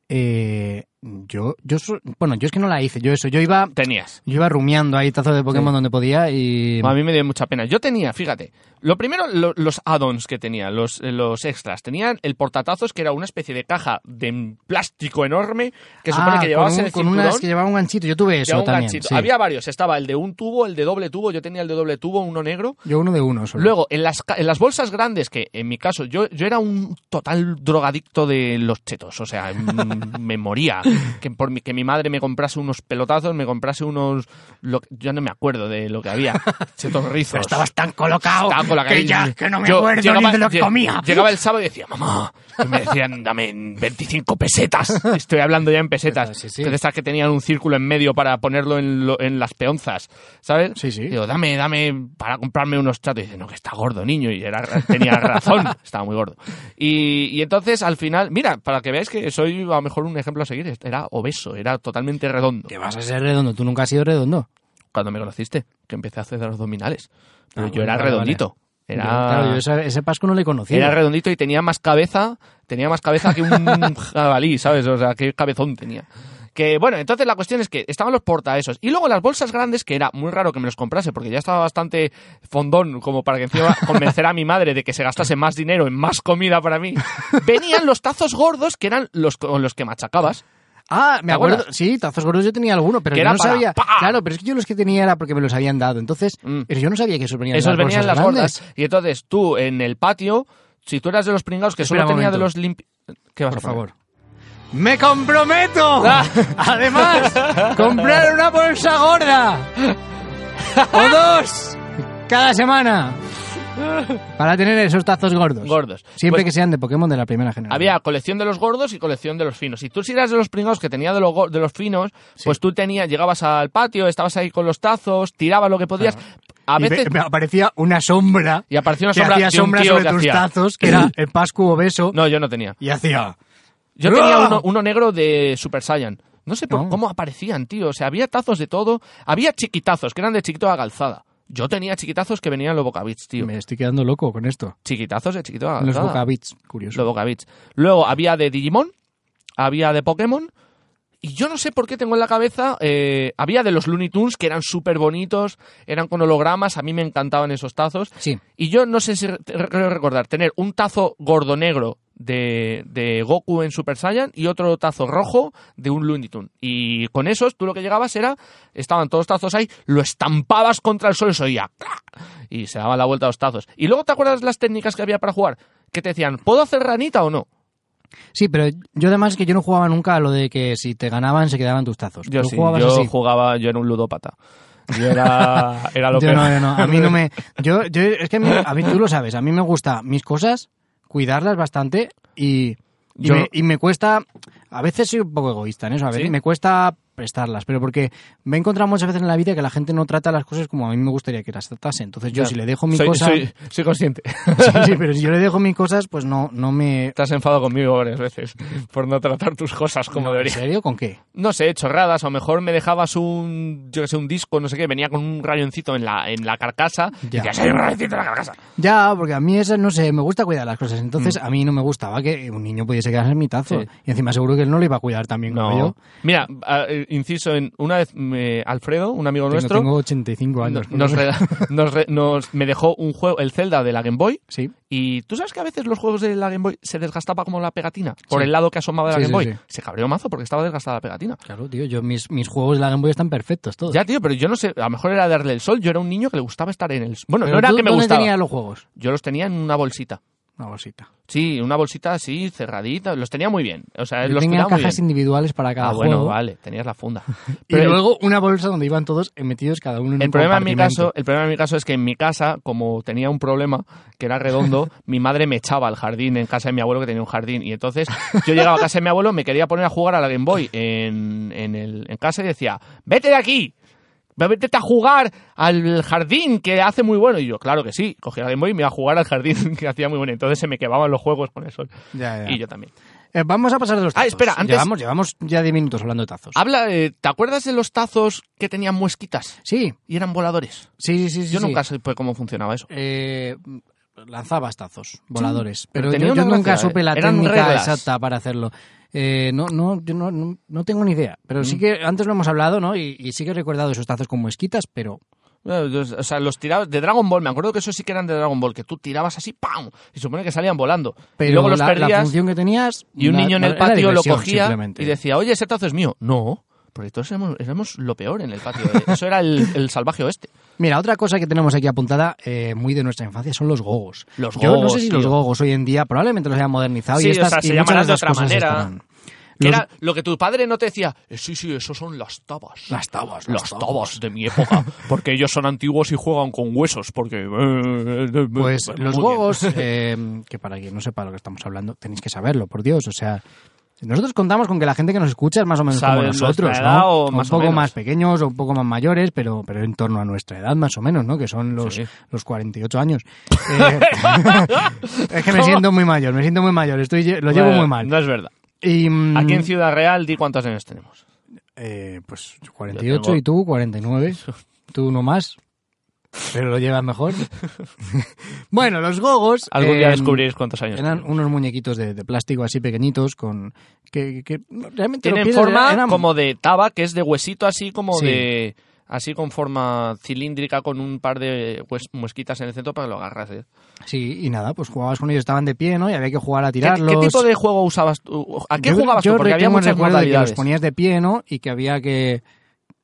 [SPEAKER 1] Eh, yo, yo, so- bueno, yo es que no la hice, yo eso, yo iba,
[SPEAKER 2] Tenías.
[SPEAKER 1] yo iba rumiando ahí tazos de Pokémon donde podía y
[SPEAKER 2] A mí me dio mucha pena. Yo tenía, fíjate, lo primero, lo- los add-ons que tenía, los, eh, los extras. Tenían el portatazos, que era una especie de caja de plástico enorme que supone
[SPEAKER 1] Ah,
[SPEAKER 2] que llevabas
[SPEAKER 1] con,
[SPEAKER 2] en
[SPEAKER 1] un-
[SPEAKER 2] el
[SPEAKER 1] con
[SPEAKER 2] cinturón.
[SPEAKER 1] unas que llevaba un ganchito, yo tuve eso
[SPEAKER 2] llevaba un
[SPEAKER 1] también.
[SPEAKER 2] ganchito.
[SPEAKER 1] sí.
[SPEAKER 2] Había varios, estaba el de un tubo, el de doble tubo, yo tenía el de doble tubo, uno negro.
[SPEAKER 1] Yo uno de uno solo.
[SPEAKER 2] Luego, en las, ca- en las bolsas grandes, que en mi caso, yo, yo era un total drogadicto de los chetos, o sea, mm, me moría. Que, por mi, que mi madre me comprase unos pelotazos, me comprase unos... lo que- yo no me acuerdo de lo que había, chetos rizos.
[SPEAKER 1] Pero estabas tan colocado
[SPEAKER 2] Estaba pues, con la
[SPEAKER 1] que
[SPEAKER 2] cabeza-
[SPEAKER 1] ya que no me
[SPEAKER 2] Yo
[SPEAKER 1] acuerdo ni de lo que
[SPEAKER 2] lle-
[SPEAKER 1] comía.
[SPEAKER 2] Llegaba el sábado y decía, mamá, y me decían, dame 25 pesetas. Estoy hablando ya en pesetas.
[SPEAKER 1] Sí, sí.
[SPEAKER 2] De esas que tenían un círculo en medio para ponerlo en, lo- en las peonzas, ¿sabes?
[SPEAKER 1] Sí, sí.
[SPEAKER 2] Digo, dame, dame para comprarme unos chatos. Y dice, no, que está gordo, niño. Y era, tenía razón, estaba muy gordo. Y, y entonces, al final, mira, para que veáis que soy a lo mejor un ejemplo a seguir, era obeso, era totalmente redondo.
[SPEAKER 1] Que vas a ser redondo, tú nunca has sido redondo.
[SPEAKER 2] Cuando me conociste, que empecé a hacer los dominales. Pero
[SPEAKER 1] Ah,
[SPEAKER 2] yo era
[SPEAKER 1] vale, vale.
[SPEAKER 2] redondito. Era...
[SPEAKER 1] Yo, claro, yo esa- ese pasco no le conocía.
[SPEAKER 2] Era redondito y tenía más cabeza, tenía más cabeza que un jabalí, ¿sabes? O sea, qué cabezón tenía. Que bueno, entonces la cuestión es que estaban los porta esos. Y luego las bolsas grandes, que era muy raro que me los comprase, porque ya estaba bastante fondón, como para que encima convencer a mi madre de que se gastase más dinero en más comida para mí. Venían los tazos gordos, que eran los con los que machacabas.
[SPEAKER 1] Ah, me
[SPEAKER 2] ¿Te
[SPEAKER 1] acuerdo.
[SPEAKER 2] acuerdas?
[SPEAKER 1] Sí, tazos gordos yo tenía alguno, pero
[SPEAKER 2] Que
[SPEAKER 1] yo
[SPEAKER 2] era
[SPEAKER 1] no
[SPEAKER 2] para
[SPEAKER 1] sabía.
[SPEAKER 2] ¡pa!
[SPEAKER 1] Claro, pero es que yo los que tenía era porque me los habían dado. Entonces,
[SPEAKER 2] Mm.
[SPEAKER 1] pero yo no sabía que esos venían en
[SPEAKER 2] Esos
[SPEAKER 1] las
[SPEAKER 2] venían en
[SPEAKER 1] bolsas
[SPEAKER 2] las
[SPEAKER 1] grandes.
[SPEAKER 2] gordas. Y entonces tú, en el patio, si tú eras de los pringados, que
[SPEAKER 1] Espera
[SPEAKER 2] solo
[SPEAKER 1] un
[SPEAKER 2] tenía de los
[SPEAKER 1] momento.
[SPEAKER 2] limpi... ¿Qué vas a
[SPEAKER 1] Por
[SPEAKER 2] poner?
[SPEAKER 1] favor. ¡Me comprometo!
[SPEAKER 2] Ah,
[SPEAKER 1] Además, comprar una bolsa gorda. O dos. Cada semana. Para tener esos tazos gordos.
[SPEAKER 2] Gordos.
[SPEAKER 1] Siempre
[SPEAKER 2] Pues-
[SPEAKER 1] que sean de Pokémon de la primera generación.
[SPEAKER 2] Había colección de los gordos y colección de los finos. Y tú si eras de los pringados que tenía de, los go- de los finos, pues tú tenías, llegabas al patio, estabas ahí con los tazos, tirabas lo que podías. A
[SPEAKER 1] Y ve-
[SPEAKER 2] veces...
[SPEAKER 1] me aparecía una sombra.
[SPEAKER 2] Y aparecía una
[SPEAKER 1] que
[SPEAKER 2] sombra
[SPEAKER 1] hacía
[SPEAKER 2] de un
[SPEAKER 1] sombra
[SPEAKER 2] tío
[SPEAKER 1] sobre
[SPEAKER 2] que
[SPEAKER 1] tus
[SPEAKER 2] hacía.
[SPEAKER 1] tazos, que era el Pascu obeso.
[SPEAKER 2] No, yo no tenía.
[SPEAKER 1] Y hacía.
[SPEAKER 2] Yo tenía
[SPEAKER 1] ¡Ah!
[SPEAKER 2] uno, uno negro de Super Saiyan. No sé por
[SPEAKER 1] No.
[SPEAKER 2] cómo aparecían, tío. O sea, había tazos de todo. Había chiquitazos, que eran de chiquito a calzada. Yo tenía chiquitazos que venían los bocabits, tío.
[SPEAKER 1] Me estoy quedando loco con esto.
[SPEAKER 2] Chiquitazos de chiquito a
[SPEAKER 1] Los
[SPEAKER 2] calzada.
[SPEAKER 1] Bocabits, curioso.
[SPEAKER 2] Los Bocavits. Luego había de Digimon, había de Pokémon. Y yo no sé por qué tengo en la cabeza. eh, había de los Looney Tunes que eran súper bonitos, eran con hologramas, a mí me encantaban esos tazos.
[SPEAKER 1] Sí.
[SPEAKER 2] Y yo no sé si re- creo recordar tener un tazo gordo negro de, de Goku en Super Saiyan y otro tazo rojo de un Looney Tune. Y con esos tú lo que llegabas era, estaban todos tazos ahí, lo estampabas contra el suelo y se oía ¡crac! y se daba la vuelta a los tazos. Y luego te acuerdas las técnicas que había para jugar, que te decían, ¿puedo hacer ranita o no?
[SPEAKER 1] Sí, pero yo además que yo no jugaba nunca a lo de que si te ganaban se quedaban tus tazos.
[SPEAKER 2] Yo
[SPEAKER 1] Tú
[SPEAKER 2] sí,
[SPEAKER 1] jugabas
[SPEAKER 2] yo
[SPEAKER 1] así.
[SPEAKER 2] jugaba, yo era un ludópata. Yo era, era lo
[SPEAKER 1] Yo
[SPEAKER 2] que...
[SPEAKER 1] no, yo no, a mí no me... Yo, yo- es que a mí, a mí tú lo sabes, a mí me gusta mis cosas, cuidarlas bastante y Y,
[SPEAKER 2] Yo-
[SPEAKER 1] me, y me cuesta, a veces soy un poco egoísta en eso, a veces
[SPEAKER 2] ¿Sí?
[SPEAKER 1] me cuesta prestarlas, pero porque me he encontrado muchas veces en la vida que la gente no trata las cosas como a mí me gustaría que las tratase. Entonces yo
[SPEAKER 2] Ya.
[SPEAKER 1] si le dejo mi
[SPEAKER 2] soy,
[SPEAKER 1] cosa...
[SPEAKER 2] soy- soy consciente.
[SPEAKER 1] Sí, sí, pero si yo le dejo mis cosas, pues no, no me...
[SPEAKER 2] Te has enfadado conmigo varias veces por no tratar tus cosas como
[SPEAKER 1] ¿En
[SPEAKER 2] debería.
[SPEAKER 1] serio? ¿Con qué?
[SPEAKER 2] No sé, chorradas, a lo mejor me dejabas un, yo que sé, un disco, no sé qué, venía con un rayoncito en la, en la carcasa y
[SPEAKER 1] Ya.
[SPEAKER 2] decías, hay un rayoncito en la carcasa.
[SPEAKER 1] Ya, porque a mí eso, no sé, me gusta cuidar las cosas. Entonces a mí no me gustaba que un niño pudiese quedarse en mitazo.
[SPEAKER 2] Sí.
[SPEAKER 1] Y encima seguro que él no lo iba a cuidar también como yo.
[SPEAKER 2] Mira, a- eh, inciso en una vez me- Alfredo, un amigo
[SPEAKER 1] Tengo-
[SPEAKER 2] nuestro,
[SPEAKER 1] Tengo 85 años.
[SPEAKER 2] no- nos, reda- nos re- nos- me dejó un juego, el Zelda de la Game Boy.
[SPEAKER 1] Sí.
[SPEAKER 2] Y tú sabes que a veces los juegos de la Game Boy se desgastaba como la pegatina por
[SPEAKER 1] Sí.
[SPEAKER 2] el lado que asomaba de la
[SPEAKER 1] Sí,
[SPEAKER 2] Game Boy.
[SPEAKER 1] sí, sí.
[SPEAKER 2] Se cabreó mazo porque estaba desgastada la pegatina.
[SPEAKER 1] Claro, tío, yo mis, mis juegos de la Game Boy están perfectos todos.
[SPEAKER 2] Ya, tío, pero yo no sé, a lo mejor era darle el sol. Yo era un niño que le gustaba estar en el sol. Bueno,
[SPEAKER 1] Pero
[SPEAKER 2] no era
[SPEAKER 1] tú,
[SPEAKER 2] que me
[SPEAKER 1] ¿dónde
[SPEAKER 2] gustaba.
[SPEAKER 1] tenía los juegos?
[SPEAKER 2] Yo los tenía en una bolsita.
[SPEAKER 1] Una bolsita.
[SPEAKER 2] Sí, una bolsita así, cerradita. Los tenía muy bien. O sea,
[SPEAKER 1] Yo
[SPEAKER 2] los
[SPEAKER 1] tenía
[SPEAKER 2] cuidaba muy
[SPEAKER 1] cajas
[SPEAKER 2] bien.
[SPEAKER 1] individuales para cada
[SPEAKER 2] Ah, bueno,
[SPEAKER 1] juego.
[SPEAKER 2] vale, tenías la funda.
[SPEAKER 1] Y luego una bolsa donde iban todos metidos cada uno en
[SPEAKER 2] el
[SPEAKER 1] un
[SPEAKER 2] problema en mi caso,
[SPEAKER 1] compartimento.
[SPEAKER 2] el problema en mi caso es que en mi casa, como tenía un problema que era redondo, mi madre me echaba al jardín en casa de mi abuelo que tenía un jardín y entonces yo llegaba a casa de mi abuelo, me quería poner a jugar a la Game Boy en, en el- en casa y decía, "Vete de aquí." Vete a jugar al jardín que hace muy bueno. Y yo, claro que sí, cogía la Game Boy y me iba a jugar al jardín que hacía muy bueno. Entonces se me quemaban los juegos con el sol.
[SPEAKER 1] Ya, ya.
[SPEAKER 2] Y yo también.
[SPEAKER 1] Eh, vamos a pasar de los
[SPEAKER 2] Ah,
[SPEAKER 1] tazos.
[SPEAKER 2] espera, antes-
[SPEAKER 1] Llevamos, llevamos ya 10 minutos hablando de tazos.
[SPEAKER 2] Habla, eh, ¿te acuerdas de los tazos que tenían muesquitas
[SPEAKER 1] Sí,
[SPEAKER 2] y eran voladores?
[SPEAKER 1] sí, sí, sí. sí,
[SPEAKER 2] Yo
[SPEAKER 1] sí.
[SPEAKER 2] nunca supe cómo funcionaba eso.
[SPEAKER 1] Eh, lanzabas tazos voladores. pero
[SPEAKER 2] tenía
[SPEAKER 1] yo, yo
[SPEAKER 2] una
[SPEAKER 1] nunca
[SPEAKER 2] gracia, eh,
[SPEAKER 1] supe la
[SPEAKER 2] eran
[SPEAKER 1] técnica
[SPEAKER 2] reglas.
[SPEAKER 1] exacta para hacerlo. Eh, no, no, yo no, no, no tengo ni idea. Pero
[SPEAKER 2] Mm.
[SPEAKER 1] sí que antes lo hemos hablado, ¿no? Y, y sí que he recordado esos tazos con muesquitas, pero
[SPEAKER 2] Bueno, Eh, los- O sea, los tirados de Dragon Ball, me acuerdo que esos sí que eran de Dragon Ball, que tú tirabas así, ¡pam! Y supone que salían volando.
[SPEAKER 1] Pero
[SPEAKER 2] y luego los
[SPEAKER 1] la, la
[SPEAKER 2] perdías
[SPEAKER 1] función que tenías.
[SPEAKER 2] y un
[SPEAKER 1] la-
[SPEAKER 2] niño en el
[SPEAKER 1] era
[SPEAKER 2] patio lo
[SPEAKER 1] diversión,
[SPEAKER 2] cogía
[SPEAKER 1] simplemente.
[SPEAKER 2] y decía, oye, ese tazo es mío. No, porque todos éramos, éramos lo peor en el patio. Eso era el, el salvaje oeste.
[SPEAKER 1] Mira, otra cosa que tenemos aquí apuntada, eh, muy de nuestra infancia, son los gogos.
[SPEAKER 2] Los
[SPEAKER 1] Yo no sé
[SPEAKER 2] gogos,
[SPEAKER 1] si
[SPEAKER 2] tío.
[SPEAKER 1] los gogos hoy en día probablemente los hayan modernizado
[SPEAKER 2] Sí,
[SPEAKER 1] y
[SPEAKER 2] o
[SPEAKER 1] estas
[SPEAKER 2] sea, se
[SPEAKER 1] y muchas
[SPEAKER 2] llamarán de
[SPEAKER 1] estas
[SPEAKER 2] otra
[SPEAKER 1] cosas
[SPEAKER 2] manera.
[SPEAKER 1] estarán.
[SPEAKER 2] Que
[SPEAKER 1] Los-
[SPEAKER 2] Era lo que tu padre no te decía, "Eh, sí, sí, esos son las tabas.
[SPEAKER 1] Las tabas, las
[SPEAKER 2] Las
[SPEAKER 1] tabas.
[SPEAKER 2] tabas de mi época. Porque ellos son antiguos y juegan con huesos. Porque. eh,
[SPEAKER 1] Pues
[SPEAKER 2] Muy
[SPEAKER 1] los
[SPEAKER 2] bien.
[SPEAKER 1] gogos, eh, que para quien no sepa lo que estamos hablando, tenéis que saberlo, por Dios. O sea, nosotros contamos con que la gente que nos escucha es más o menos como
[SPEAKER 2] Sabe nuestra
[SPEAKER 1] nosotros,
[SPEAKER 2] edad
[SPEAKER 1] ¿no?
[SPEAKER 2] o
[SPEAKER 1] un
[SPEAKER 2] más o
[SPEAKER 1] poco
[SPEAKER 2] menos.
[SPEAKER 1] más pequeños o un poco más mayores, pero, pero en torno a nuestra edad más o menos, ¿no? Que son los,
[SPEAKER 2] Sí.
[SPEAKER 1] los 48 años. Eh, es que me siento muy mayor, me siento muy mayor, estoy, lle- lo llevo
[SPEAKER 2] Bueno,
[SPEAKER 1] muy mal.
[SPEAKER 2] No es verdad.
[SPEAKER 1] Y, mm,
[SPEAKER 2] Aquí en Ciudad Real, di cuántos años tenemos.
[SPEAKER 1] eh, pues 48
[SPEAKER 2] Yo tengo-
[SPEAKER 1] y tú 49. Tú uno más. Pero lo llevas mejor. bueno, los gogos.
[SPEAKER 2] Algún día
[SPEAKER 1] eh,
[SPEAKER 2] descubriréis cuántos años
[SPEAKER 1] Eran
[SPEAKER 2] tenemos.
[SPEAKER 1] unos muñequitos de, de plástico así pequeñitos con. que, que no, realmente lo
[SPEAKER 2] Tienen
[SPEAKER 1] piensas,
[SPEAKER 2] forma
[SPEAKER 1] eran-
[SPEAKER 2] como de taba, que es de huesito, así como
[SPEAKER 1] Sí.
[SPEAKER 2] de. Así con forma cilíndrica, con un par de hues- muesquitas en el centro para que lo agarras. ¿eh?
[SPEAKER 1] Sí, y nada, pues jugabas con ellos, estaban de pie, ¿no? Y había que jugar a
[SPEAKER 2] ¿Qué,
[SPEAKER 1] tirarlos.
[SPEAKER 2] qué tipo de juego usabas tú? ¿A qué
[SPEAKER 1] Yo-
[SPEAKER 2] jugabas
[SPEAKER 1] yo
[SPEAKER 2] tú? Porque había
[SPEAKER 1] tengo el
[SPEAKER 2] muchas
[SPEAKER 1] recuerdo de que los
[SPEAKER 2] modalidades.
[SPEAKER 1] ponías de pie, ¿no? Y que había que.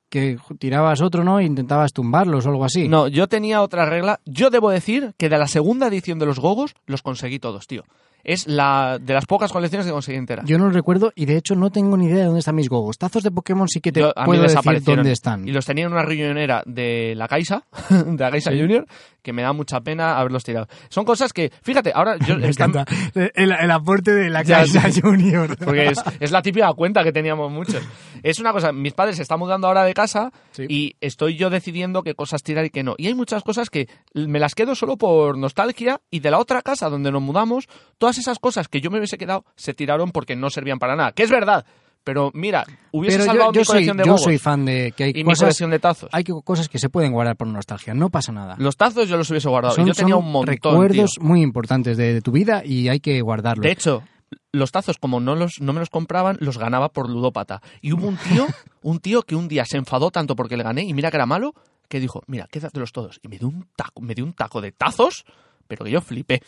[SPEAKER 1] que ju- tirabas otro, ¿no? E intentabas tumbarlos o algo así.
[SPEAKER 2] No, yo tenía otra regla. Yo debo decir que de la segunda edición de los Gogos los conseguí todos, tío. Es la de las pocas colecciones que conseguí entera.
[SPEAKER 1] Yo no lo recuerdo y de hecho no tengo ni idea de dónde están mis gogos. Tazos de Pokémon sí que te
[SPEAKER 2] Yo- a mí
[SPEAKER 1] puedo decir
[SPEAKER 2] desaparecieron.
[SPEAKER 1] dónde están.
[SPEAKER 2] Y los tenía en una riñonera de la Caixa, de la Caixa Junior, que me da mucha pena haberlos tirado. Son cosas que, fíjate, ahora yo
[SPEAKER 1] Me
[SPEAKER 2] están-
[SPEAKER 1] encanta el, el aporte de la
[SPEAKER 2] Ya,
[SPEAKER 1] Casa Junior.
[SPEAKER 2] porque es, es la típica cuenta que teníamos muchos. Es una cosa, mis padres se están mudando ahora de casa
[SPEAKER 1] Sí.
[SPEAKER 2] y estoy yo decidiendo qué cosas tirar y qué no. Y hay muchas cosas que me las quedo solo por nostalgia y de la otra casa donde nos mudamos, todas esas cosas que yo me hubiese quedado se tiraron porque no servían para nada. Que es verdad, pero mira, hubiese
[SPEAKER 1] Pero
[SPEAKER 2] salvado
[SPEAKER 1] yo, yo
[SPEAKER 2] mi
[SPEAKER 1] soy,
[SPEAKER 2] colección de
[SPEAKER 1] yo
[SPEAKER 2] bobos
[SPEAKER 1] soy fan de que hay
[SPEAKER 2] y mi
[SPEAKER 1] cosas,
[SPEAKER 2] colección de tazos.
[SPEAKER 1] hay que- cosas que se pueden guardar por nostalgia, no pasa nada.
[SPEAKER 2] Los tazos yo los hubiese guardado.
[SPEAKER 1] Son-
[SPEAKER 2] yo tenía
[SPEAKER 1] son
[SPEAKER 2] un montón.
[SPEAKER 1] recuerdos
[SPEAKER 2] tío.
[SPEAKER 1] muy importantes de, de tu vida y hay que guardarlos.
[SPEAKER 2] De hecho, los tazos, como no, los, no me los compraban, los ganaba por ludópata. Y hubo un tío, un tío que un día se enfadó tanto porque le gané, y mira que era malo, que dijo, mira, quédatelos todos. Y me dio un taco, me dio un taco de tazos, pero que yo flipé.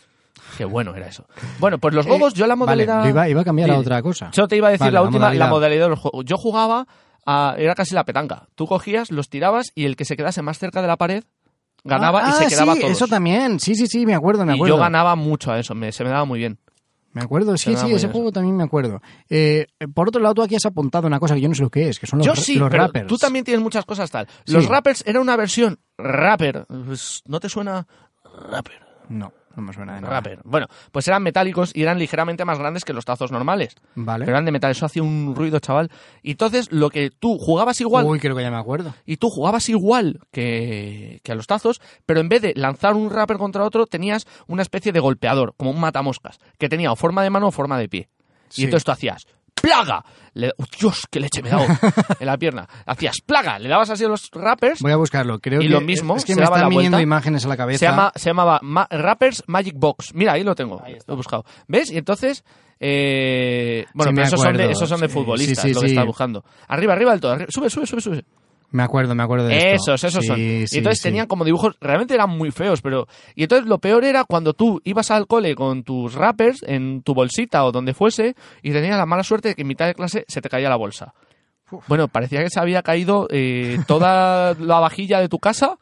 [SPEAKER 2] Qué bueno era eso. Bueno, pues los
[SPEAKER 1] Eh,
[SPEAKER 2] gogos, yo la
[SPEAKER 1] vale,
[SPEAKER 2] modalidad.
[SPEAKER 1] yo iba, iba a cambiar a
[SPEAKER 2] Sí.
[SPEAKER 1] otra cosa.
[SPEAKER 2] Yo te iba a decir
[SPEAKER 1] Vale,
[SPEAKER 2] la
[SPEAKER 1] la
[SPEAKER 2] última, la
[SPEAKER 1] modalidad.
[SPEAKER 2] modalidad de los juegos. Yo jugaba, a- era casi la petanca. Tú cogías, los tirabas y el que se quedase más cerca de la pared ganaba
[SPEAKER 1] Ah,
[SPEAKER 2] y se quedaba
[SPEAKER 1] sí,
[SPEAKER 2] todos.
[SPEAKER 1] Eso también, sí, sí, sí, me acuerdo, me
[SPEAKER 2] Y
[SPEAKER 1] acuerdo.
[SPEAKER 2] yo ganaba mucho a eso, me- se me daba muy bien.
[SPEAKER 1] Me acuerdo, sí,
[SPEAKER 2] Sonaba
[SPEAKER 1] sí,
[SPEAKER 2] muy
[SPEAKER 1] ese
[SPEAKER 2] bien
[SPEAKER 1] juego también me acuerdo. Eh, por otro lado, tú aquí has apuntado una cosa que yo no sé lo que es, que son los,
[SPEAKER 2] Yo
[SPEAKER 1] ra-
[SPEAKER 2] sí,
[SPEAKER 1] los
[SPEAKER 2] pero
[SPEAKER 1] rappers.
[SPEAKER 2] tú también tienes muchas cosas tal. Los
[SPEAKER 1] Sí.
[SPEAKER 2] rappers era una versión rapper. Pues, ¿No te suena rapper?
[SPEAKER 1] No. Ah, No me suena de nada.
[SPEAKER 2] Rapper. Bueno, pues eran metálicos y eran ligeramente más grandes que los tazos normales.
[SPEAKER 1] Vale.
[SPEAKER 2] Pero eran de metal, eso hacía un ruido, chaval. Y entonces lo que tú jugabas igual
[SPEAKER 1] Uy, creo que ya me acuerdo.
[SPEAKER 2] y tú jugabas igual que, que a los tazos, pero en vez de lanzar un rapper contra otro, tenías una especie de golpeador, como un matamoscas, que tenía o forma de mano o forma de pie.
[SPEAKER 1] Sí.
[SPEAKER 2] Y entonces tú hacías plaga, le, ¡Oh, Dios, qué leche me he dado en la pierna. Hacías plaga, le dabas así a los rappers,
[SPEAKER 1] Voy a buscarlo. Creo
[SPEAKER 2] Y
[SPEAKER 1] que
[SPEAKER 2] lo mismo,
[SPEAKER 1] es que
[SPEAKER 2] se
[SPEAKER 1] me
[SPEAKER 2] daba
[SPEAKER 1] están
[SPEAKER 2] la
[SPEAKER 1] viniendo
[SPEAKER 2] vuelta.
[SPEAKER 1] imágenes a la cabeza.
[SPEAKER 2] se, llama, se llamaba Ma- Rappers Magic Box. Mira, ahí lo tengo, lo he buscado. ¿Ves? Y entonces, eh, bueno,
[SPEAKER 1] Sí, me
[SPEAKER 2] pero esos son, de,
[SPEAKER 1] acuerdo.
[SPEAKER 2] esos son de
[SPEAKER 1] Sí,
[SPEAKER 2] futbolistas,
[SPEAKER 1] sí, sí,
[SPEAKER 2] lo que
[SPEAKER 1] sí.
[SPEAKER 2] estaba buscando. Arriba, arriba del todo, arriba. sube, sube, sube, sube.
[SPEAKER 1] Me acuerdo, me acuerdo de esto.
[SPEAKER 2] Esos, esos
[SPEAKER 1] Sí,
[SPEAKER 2] son. Y
[SPEAKER 1] sí,
[SPEAKER 2] entonces
[SPEAKER 1] sí.
[SPEAKER 2] tenían como dibujos, realmente eran muy feos, pero. Y entonces lo peor era cuando tú ibas al cole con tus rappers en tu bolsita o donde fuese y tenías la mala suerte de que en mitad de clase se te caía la bolsa. Bueno, parecía que se había caído eh, toda la vajilla de tu casa.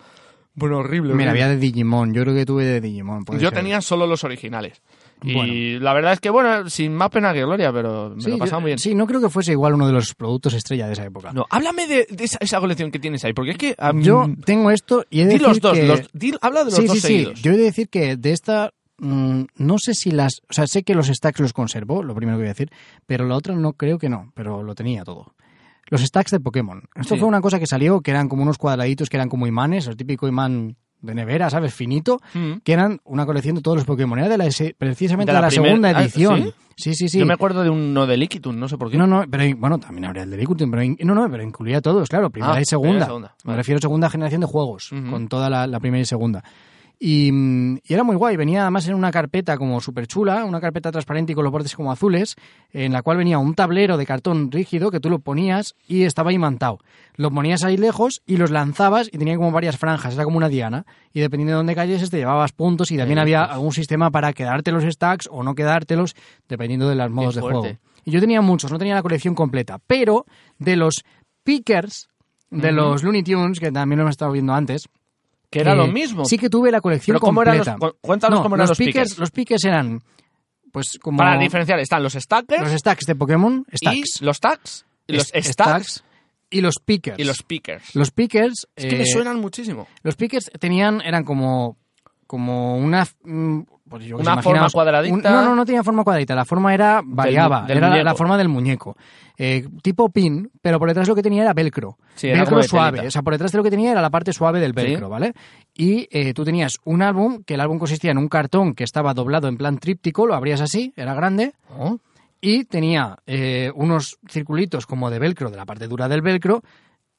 [SPEAKER 2] Bueno, horrible.
[SPEAKER 1] Mira,
[SPEAKER 2] horrible.
[SPEAKER 1] había de Digimon. Yo creo que tuve de Digimon. puede
[SPEAKER 2] Yo
[SPEAKER 1] ser.
[SPEAKER 2] tenía solo los originales. Y
[SPEAKER 1] Bueno.
[SPEAKER 2] la verdad es que, bueno, sin más pena que gloria, pero me
[SPEAKER 1] Sí,
[SPEAKER 2] lo pasaba
[SPEAKER 1] yo-
[SPEAKER 2] muy bien.
[SPEAKER 1] Sí, no creo que fuese igual uno de los productos estrella de esa época.
[SPEAKER 2] No, háblame de, de esa, esa colección que tienes ahí, porque es que. a mí-
[SPEAKER 1] Yo tengo esto y he de
[SPEAKER 2] Di
[SPEAKER 1] decir
[SPEAKER 2] los dos,
[SPEAKER 1] que...
[SPEAKER 2] los- di- habla de los
[SPEAKER 1] sí,
[SPEAKER 2] dos
[SPEAKER 1] sí,
[SPEAKER 2] seguidos.
[SPEAKER 1] sí. Yo he de decir que de esta... mm, no sé si las... O sea, sé que los stacks los conservó, lo primero que voy a decir, pero la otra no creo que no, pero lo tenía todo. Los stacks de Pokémon. Esto
[SPEAKER 2] Sí.
[SPEAKER 1] fue una cosa que salió, que eran como unos cuadraditos que eran como imanes, el típico imán de nevera, ¿sabes? Finito,
[SPEAKER 2] Mm.
[SPEAKER 1] que eran una colección de todos los Pokémon. Era de la, se- precisamente
[SPEAKER 2] De
[SPEAKER 1] de
[SPEAKER 2] la
[SPEAKER 1] la,
[SPEAKER 2] primer-
[SPEAKER 1] segunda
[SPEAKER 2] ah,
[SPEAKER 1] edición. Sí, sí, sí.
[SPEAKER 2] Yo me acuerdo de uno de Liquidum, no sé por qué.
[SPEAKER 1] No, no, pero bueno, también habría el de Liquidum, pero in- no, no, pero incluía todos, claro, primera
[SPEAKER 2] Ah,
[SPEAKER 1] y segunda.
[SPEAKER 2] primera y segunda,
[SPEAKER 1] Me
[SPEAKER 2] vale.
[SPEAKER 1] refiero a segunda generación de juegos,
[SPEAKER 2] Ujú.
[SPEAKER 1] con toda la, la primera y segunda. Y, mm, y era muy guay, venía además en una carpeta como súper chula, una carpeta transparente y con los bordes como azules, en la cual venía un tablero de cartón rígido que tú lo ponías y estaba imantado. Lo ponías ahí lejos y los lanzabas y tenía como varias franjas, era como una diana. Y dependiendo de dónde cayeses te llevabas puntos y también
[SPEAKER 2] Ahí
[SPEAKER 1] había
[SPEAKER 2] estás.
[SPEAKER 1] algún sistema para quedarte los stacks o no quedártelos, dependiendo de las modos de
[SPEAKER 2] fuerte.
[SPEAKER 1] juego. Y yo tenía muchos, no tenía la colección completa. Pero de los Pickers, de
[SPEAKER 2] Ujú.
[SPEAKER 1] los Looney Tunes, que también lo hemos estado viendo antes.
[SPEAKER 2] que era
[SPEAKER 1] eh,
[SPEAKER 2] lo mismo.
[SPEAKER 1] Sí que tuve la colección
[SPEAKER 2] Pero ¿cómo eran
[SPEAKER 1] completa.
[SPEAKER 2] los- cu- cuéntanos cómo eran los
[SPEAKER 1] pickers,
[SPEAKER 2] pickers.
[SPEAKER 1] Los Pickers eran, pues como
[SPEAKER 2] Para diferenciar, están los stackers
[SPEAKER 1] los stacks de Pokémon, stacks.
[SPEAKER 2] y los tags. Y los
[SPEAKER 1] Es- Eh,
[SPEAKER 2] stacks,
[SPEAKER 1] y los Pickers.
[SPEAKER 2] y los pickers.
[SPEAKER 1] Los Pickers...
[SPEAKER 2] Es que me
[SPEAKER 1] eh,
[SPEAKER 2] suenan muchísimo.
[SPEAKER 1] Los Pickers tenían, eran como, como una... mm, pues yo qué sé,
[SPEAKER 2] Una forma
[SPEAKER 1] imaginaos,
[SPEAKER 2] cuadradita.
[SPEAKER 1] un- no, no, no tenía forma cuadradita. La forma era, variaba.
[SPEAKER 2] del
[SPEAKER 1] era la- la
[SPEAKER 2] muñeco.
[SPEAKER 1] forma del muñeco. Eh, tipo pin, pero por detrás lo que tenía era velcro.
[SPEAKER 2] Sí, era como
[SPEAKER 1] velcro
[SPEAKER 2] de
[SPEAKER 1] suave.
[SPEAKER 2] telita.
[SPEAKER 1] O sea, por detrás de lo que tenía era la parte suave del
[SPEAKER 2] Sí.
[SPEAKER 1] velcro, ¿vale? Y eh, tú tenías un álbum, que el álbum consistía en un cartón que estaba doblado en plan tríptico, lo abrías así, era grande, y tenía eh, unos circulitos como de velcro, de la parte dura del velcro,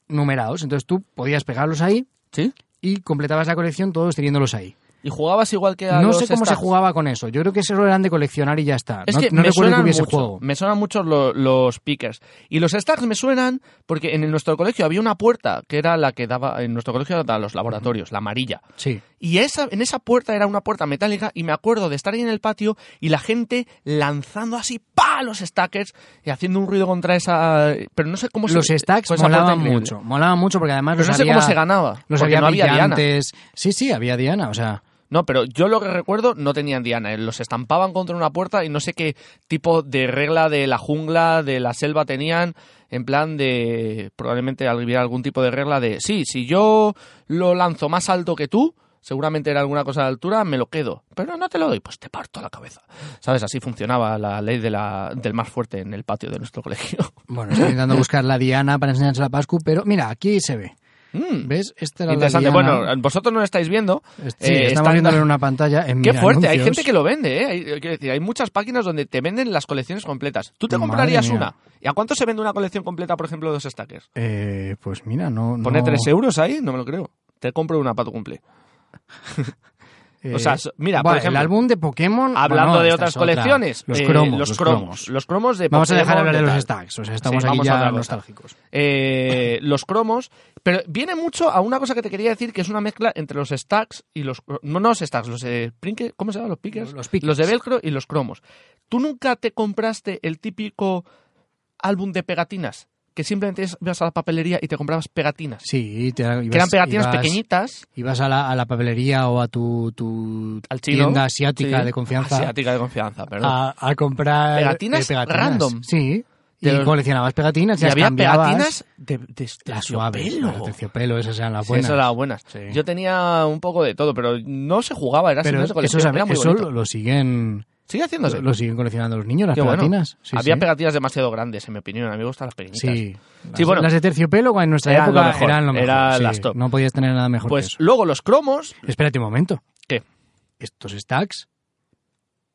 [SPEAKER 1] numerados. Entonces tú podías pegarlos ahí
[SPEAKER 2] ¿Sí?
[SPEAKER 1] y completabas la colección todos teniéndolos ahí.
[SPEAKER 2] Y jugabas igual que a
[SPEAKER 1] No
[SPEAKER 2] los
[SPEAKER 1] sé cómo se
[SPEAKER 2] stacks.
[SPEAKER 1] jugaba con eso. Yo creo que eso eran de coleccionar y ya está.
[SPEAKER 2] Es
[SPEAKER 1] no
[SPEAKER 2] que
[SPEAKER 1] no recuerdo
[SPEAKER 2] me,
[SPEAKER 1] que
[SPEAKER 2] suenan
[SPEAKER 1] hubiese
[SPEAKER 2] mucho, Mm.
[SPEAKER 1] juego.
[SPEAKER 2] me suenan mucho lo- los pickers. Y los stacks me suenan porque en nuestro colegio había una puerta que era la que daba, en nuestro colegio daba a los laboratorios, la amarilla.
[SPEAKER 1] Sí.
[SPEAKER 2] Y esa, en esa puerta era una puerta metálica y me acuerdo de estar ahí en el patio y la gente lanzando así ¡pa! los stackers y haciendo un ruido contra esa... Pero no sé cómo
[SPEAKER 1] Los
[SPEAKER 2] se...
[SPEAKER 1] stacks
[SPEAKER 2] con esa puerta
[SPEAKER 1] molaban
[SPEAKER 2] increíble.
[SPEAKER 1] mucho. Molaban mucho porque además los
[SPEAKER 2] Pero no sé
[SPEAKER 1] había...
[SPEAKER 2] cómo se ganaba.
[SPEAKER 1] Los
[SPEAKER 2] porque
[SPEAKER 1] había
[SPEAKER 2] no había diana.
[SPEAKER 1] brillantes. Sí, sí, había Diana. O sea,
[SPEAKER 2] No, pero yo lo que recuerdo no tenían diana. eh, Los estampaban contra una puerta y no sé qué tipo de regla de la jungla, de la selva tenían. En plan de... Probablemente había algún tipo de regla de... Sí, si yo lo lanzo más alto que tú... Seguramente era alguna cosa de altura, me lo quedo. Pero no te lo doy, pues te parto la cabeza. ¿Sabes? Así funcionaba la ley de la, del más fuerte en el patio de nuestro colegio.
[SPEAKER 1] bueno, estoy intentando buscar la Diana para enseñársela a Pascu, pero mira, aquí se ve.
[SPEAKER 2] Mm,
[SPEAKER 1] ¿Ves? Esta era
[SPEAKER 2] interesante.
[SPEAKER 1] la Diana.
[SPEAKER 2] Bueno, vosotros no lo estáis viendo.
[SPEAKER 1] sí, estamos
[SPEAKER 2] eh, están-
[SPEAKER 1] viéndolo en una pantalla. En
[SPEAKER 2] Qué
[SPEAKER 1] Mira
[SPEAKER 2] fuerte, hay
[SPEAKER 1] Anuncios.
[SPEAKER 2] gente que lo vende, ¿eh? Hay, quiero decir, hay muchas páginas donde te venden las colecciones completas. ¿Tú te
[SPEAKER 1] Madre
[SPEAKER 2] comprarías
[SPEAKER 1] mía.
[SPEAKER 2] una? ¿Y a cuánto se vende una colección completa, por ejemplo, de los stackers?
[SPEAKER 1] Eh, pues mira, no... no-
[SPEAKER 2] ¿Pone 3 euros ahí? No me lo creo. Te compro una para tu cumple.
[SPEAKER 1] eh,
[SPEAKER 2] o sea, so- mira,
[SPEAKER 1] buah,
[SPEAKER 2] por ejemplo,
[SPEAKER 1] el álbum de Pokémon...
[SPEAKER 2] Hablando
[SPEAKER 1] bueno,
[SPEAKER 2] de
[SPEAKER 1] esta
[SPEAKER 2] otras
[SPEAKER 1] es otra.
[SPEAKER 2] colecciones,
[SPEAKER 1] Los
[SPEAKER 2] eh,
[SPEAKER 1] cromos.
[SPEAKER 2] los, cromos, Los cromos de
[SPEAKER 1] Vamos a dejar
[SPEAKER 2] Pokémon,
[SPEAKER 1] hablar de los
[SPEAKER 2] tal.
[SPEAKER 1] stacks, o sea, estamos
[SPEAKER 2] Sí,
[SPEAKER 1] aquí
[SPEAKER 2] vamos a otra
[SPEAKER 1] ya
[SPEAKER 2] cosa.
[SPEAKER 1] nostálgicos.
[SPEAKER 2] Eh, los cromos, pero viene mucho a una cosa que te quería decir que es una mezcla entre los stacks y los no no los stacks, los eh, prinque- ¿cómo se llaman los pickers?
[SPEAKER 1] Los pickers.
[SPEAKER 2] de velcro y los cromos. ¿Tú nunca te compraste el típico álbum de pegatinas que simplemente es- ibas a la papelería y te comprabas pegatinas?
[SPEAKER 1] Sí, te, ibas,
[SPEAKER 2] que eran pegatinas
[SPEAKER 1] ibas-
[SPEAKER 2] pequeñitas
[SPEAKER 1] Ibas a la, a la papelería o a tu, tu
[SPEAKER 2] al chino,
[SPEAKER 1] tienda asiática
[SPEAKER 2] sí,
[SPEAKER 1] de confianza Ah,
[SPEAKER 2] asiática de confianza, perdón.
[SPEAKER 1] a, a comprar
[SPEAKER 2] Pegatinas
[SPEAKER 1] eh,
[SPEAKER 2] random.
[SPEAKER 1] Sí, Y
[SPEAKER 2] Pero-
[SPEAKER 1] coleccionabas pegatinas y,
[SPEAKER 2] Y
[SPEAKER 1] las
[SPEAKER 2] había
[SPEAKER 1] cambiabas.
[SPEAKER 2] pegatinas de, de
[SPEAKER 1] Las suaves,
[SPEAKER 2] terciopelo.
[SPEAKER 1] las de terciopelo, esas eran las
[SPEAKER 2] Sí,
[SPEAKER 1] buenas.
[SPEAKER 2] esas eran las buenas.
[SPEAKER 1] Sí.
[SPEAKER 2] Yo tenía un poco de todo, pero no se jugaba, era
[SPEAKER 1] Pero
[SPEAKER 2] simplemente
[SPEAKER 1] eso,
[SPEAKER 2] colección, era muy
[SPEAKER 1] eso
[SPEAKER 2] bonito.
[SPEAKER 1] lo, lo siguen
[SPEAKER 2] Sigue haciéndose.
[SPEAKER 1] lo siguen coleccionando los niños, las
[SPEAKER 2] Qué bueno.
[SPEAKER 1] pegatinas. Sí,
[SPEAKER 2] Había
[SPEAKER 1] sí.
[SPEAKER 2] pegatinas demasiado grandes, en mi opinión. A mí me gustan las pequeñitas.
[SPEAKER 1] Sí.
[SPEAKER 2] Sí,
[SPEAKER 1] Las-
[SPEAKER 2] bueno.
[SPEAKER 1] las de terciopelo en nuestra
[SPEAKER 2] Eran lo
[SPEAKER 1] época
[SPEAKER 2] mejor,
[SPEAKER 1] eran lo mejor.
[SPEAKER 2] eran
[SPEAKER 1] sí.
[SPEAKER 2] las top.
[SPEAKER 1] No podías tener nada mejor
[SPEAKER 2] Pues
[SPEAKER 1] que
[SPEAKER 2] luego los cromos
[SPEAKER 1] eso. Espérate un momento.
[SPEAKER 2] ¿Qué?
[SPEAKER 1] Estos stacks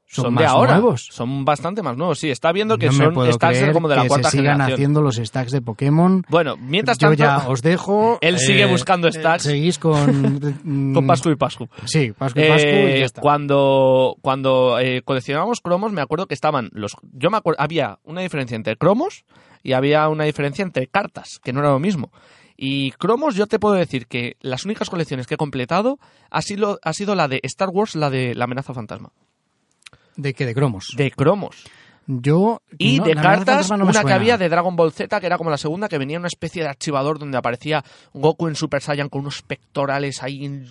[SPEAKER 2] son,
[SPEAKER 1] son,
[SPEAKER 2] de
[SPEAKER 1] más
[SPEAKER 2] ahora.
[SPEAKER 1] nuevos.
[SPEAKER 2] Son bastante más nuevos. Sí, está viendo que
[SPEAKER 1] no me
[SPEAKER 2] son
[SPEAKER 1] puedo
[SPEAKER 2] están
[SPEAKER 1] creer
[SPEAKER 2] como de la
[SPEAKER 1] que
[SPEAKER 2] cuarta
[SPEAKER 1] se sigan
[SPEAKER 2] generación.
[SPEAKER 1] haciendo los stacks de Pokémon.
[SPEAKER 2] Bueno, mientras
[SPEAKER 1] Yo
[SPEAKER 2] tanto,
[SPEAKER 1] ya eh, os dejo.
[SPEAKER 2] Él sigue buscando stacks.
[SPEAKER 1] Seguís con... mm,
[SPEAKER 2] con Pascu y Pascu.
[SPEAKER 1] Sí, Pascu y Pascu y
[SPEAKER 2] Eh,
[SPEAKER 1] ya está.
[SPEAKER 2] Cuando, cuando eh, coleccionábamos cromos, me acuerdo que estaban los. Yo me acuerdo, había una diferencia entre cromos y había una diferencia entre cartas, que no era lo mismo. Y cromos, yo te puedo decir que las únicas colecciones que he completado ha sido, ha sido la de Star Wars, la de la amenaza fantasma.
[SPEAKER 1] ¿De qué? ¿De cromos?
[SPEAKER 2] De cromos.
[SPEAKER 1] Yo...
[SPEAKER 2] Y
[SPEAKER 1] no,
[SPEAKER 2] de
[SPEAKER 1] la verdad,
[SPEAKER 2] cartas,
[SPEAKER 1] Fantasma no me
[SPEAKER 2] una que
[SPEAKER 1] suena.
[SPEAKER 2] había de Dragon Ball Z, que era como la segunda, que venía en una especie de archivador donde aparecía Goku en Super Saiyan con unos pectorales ahí. en-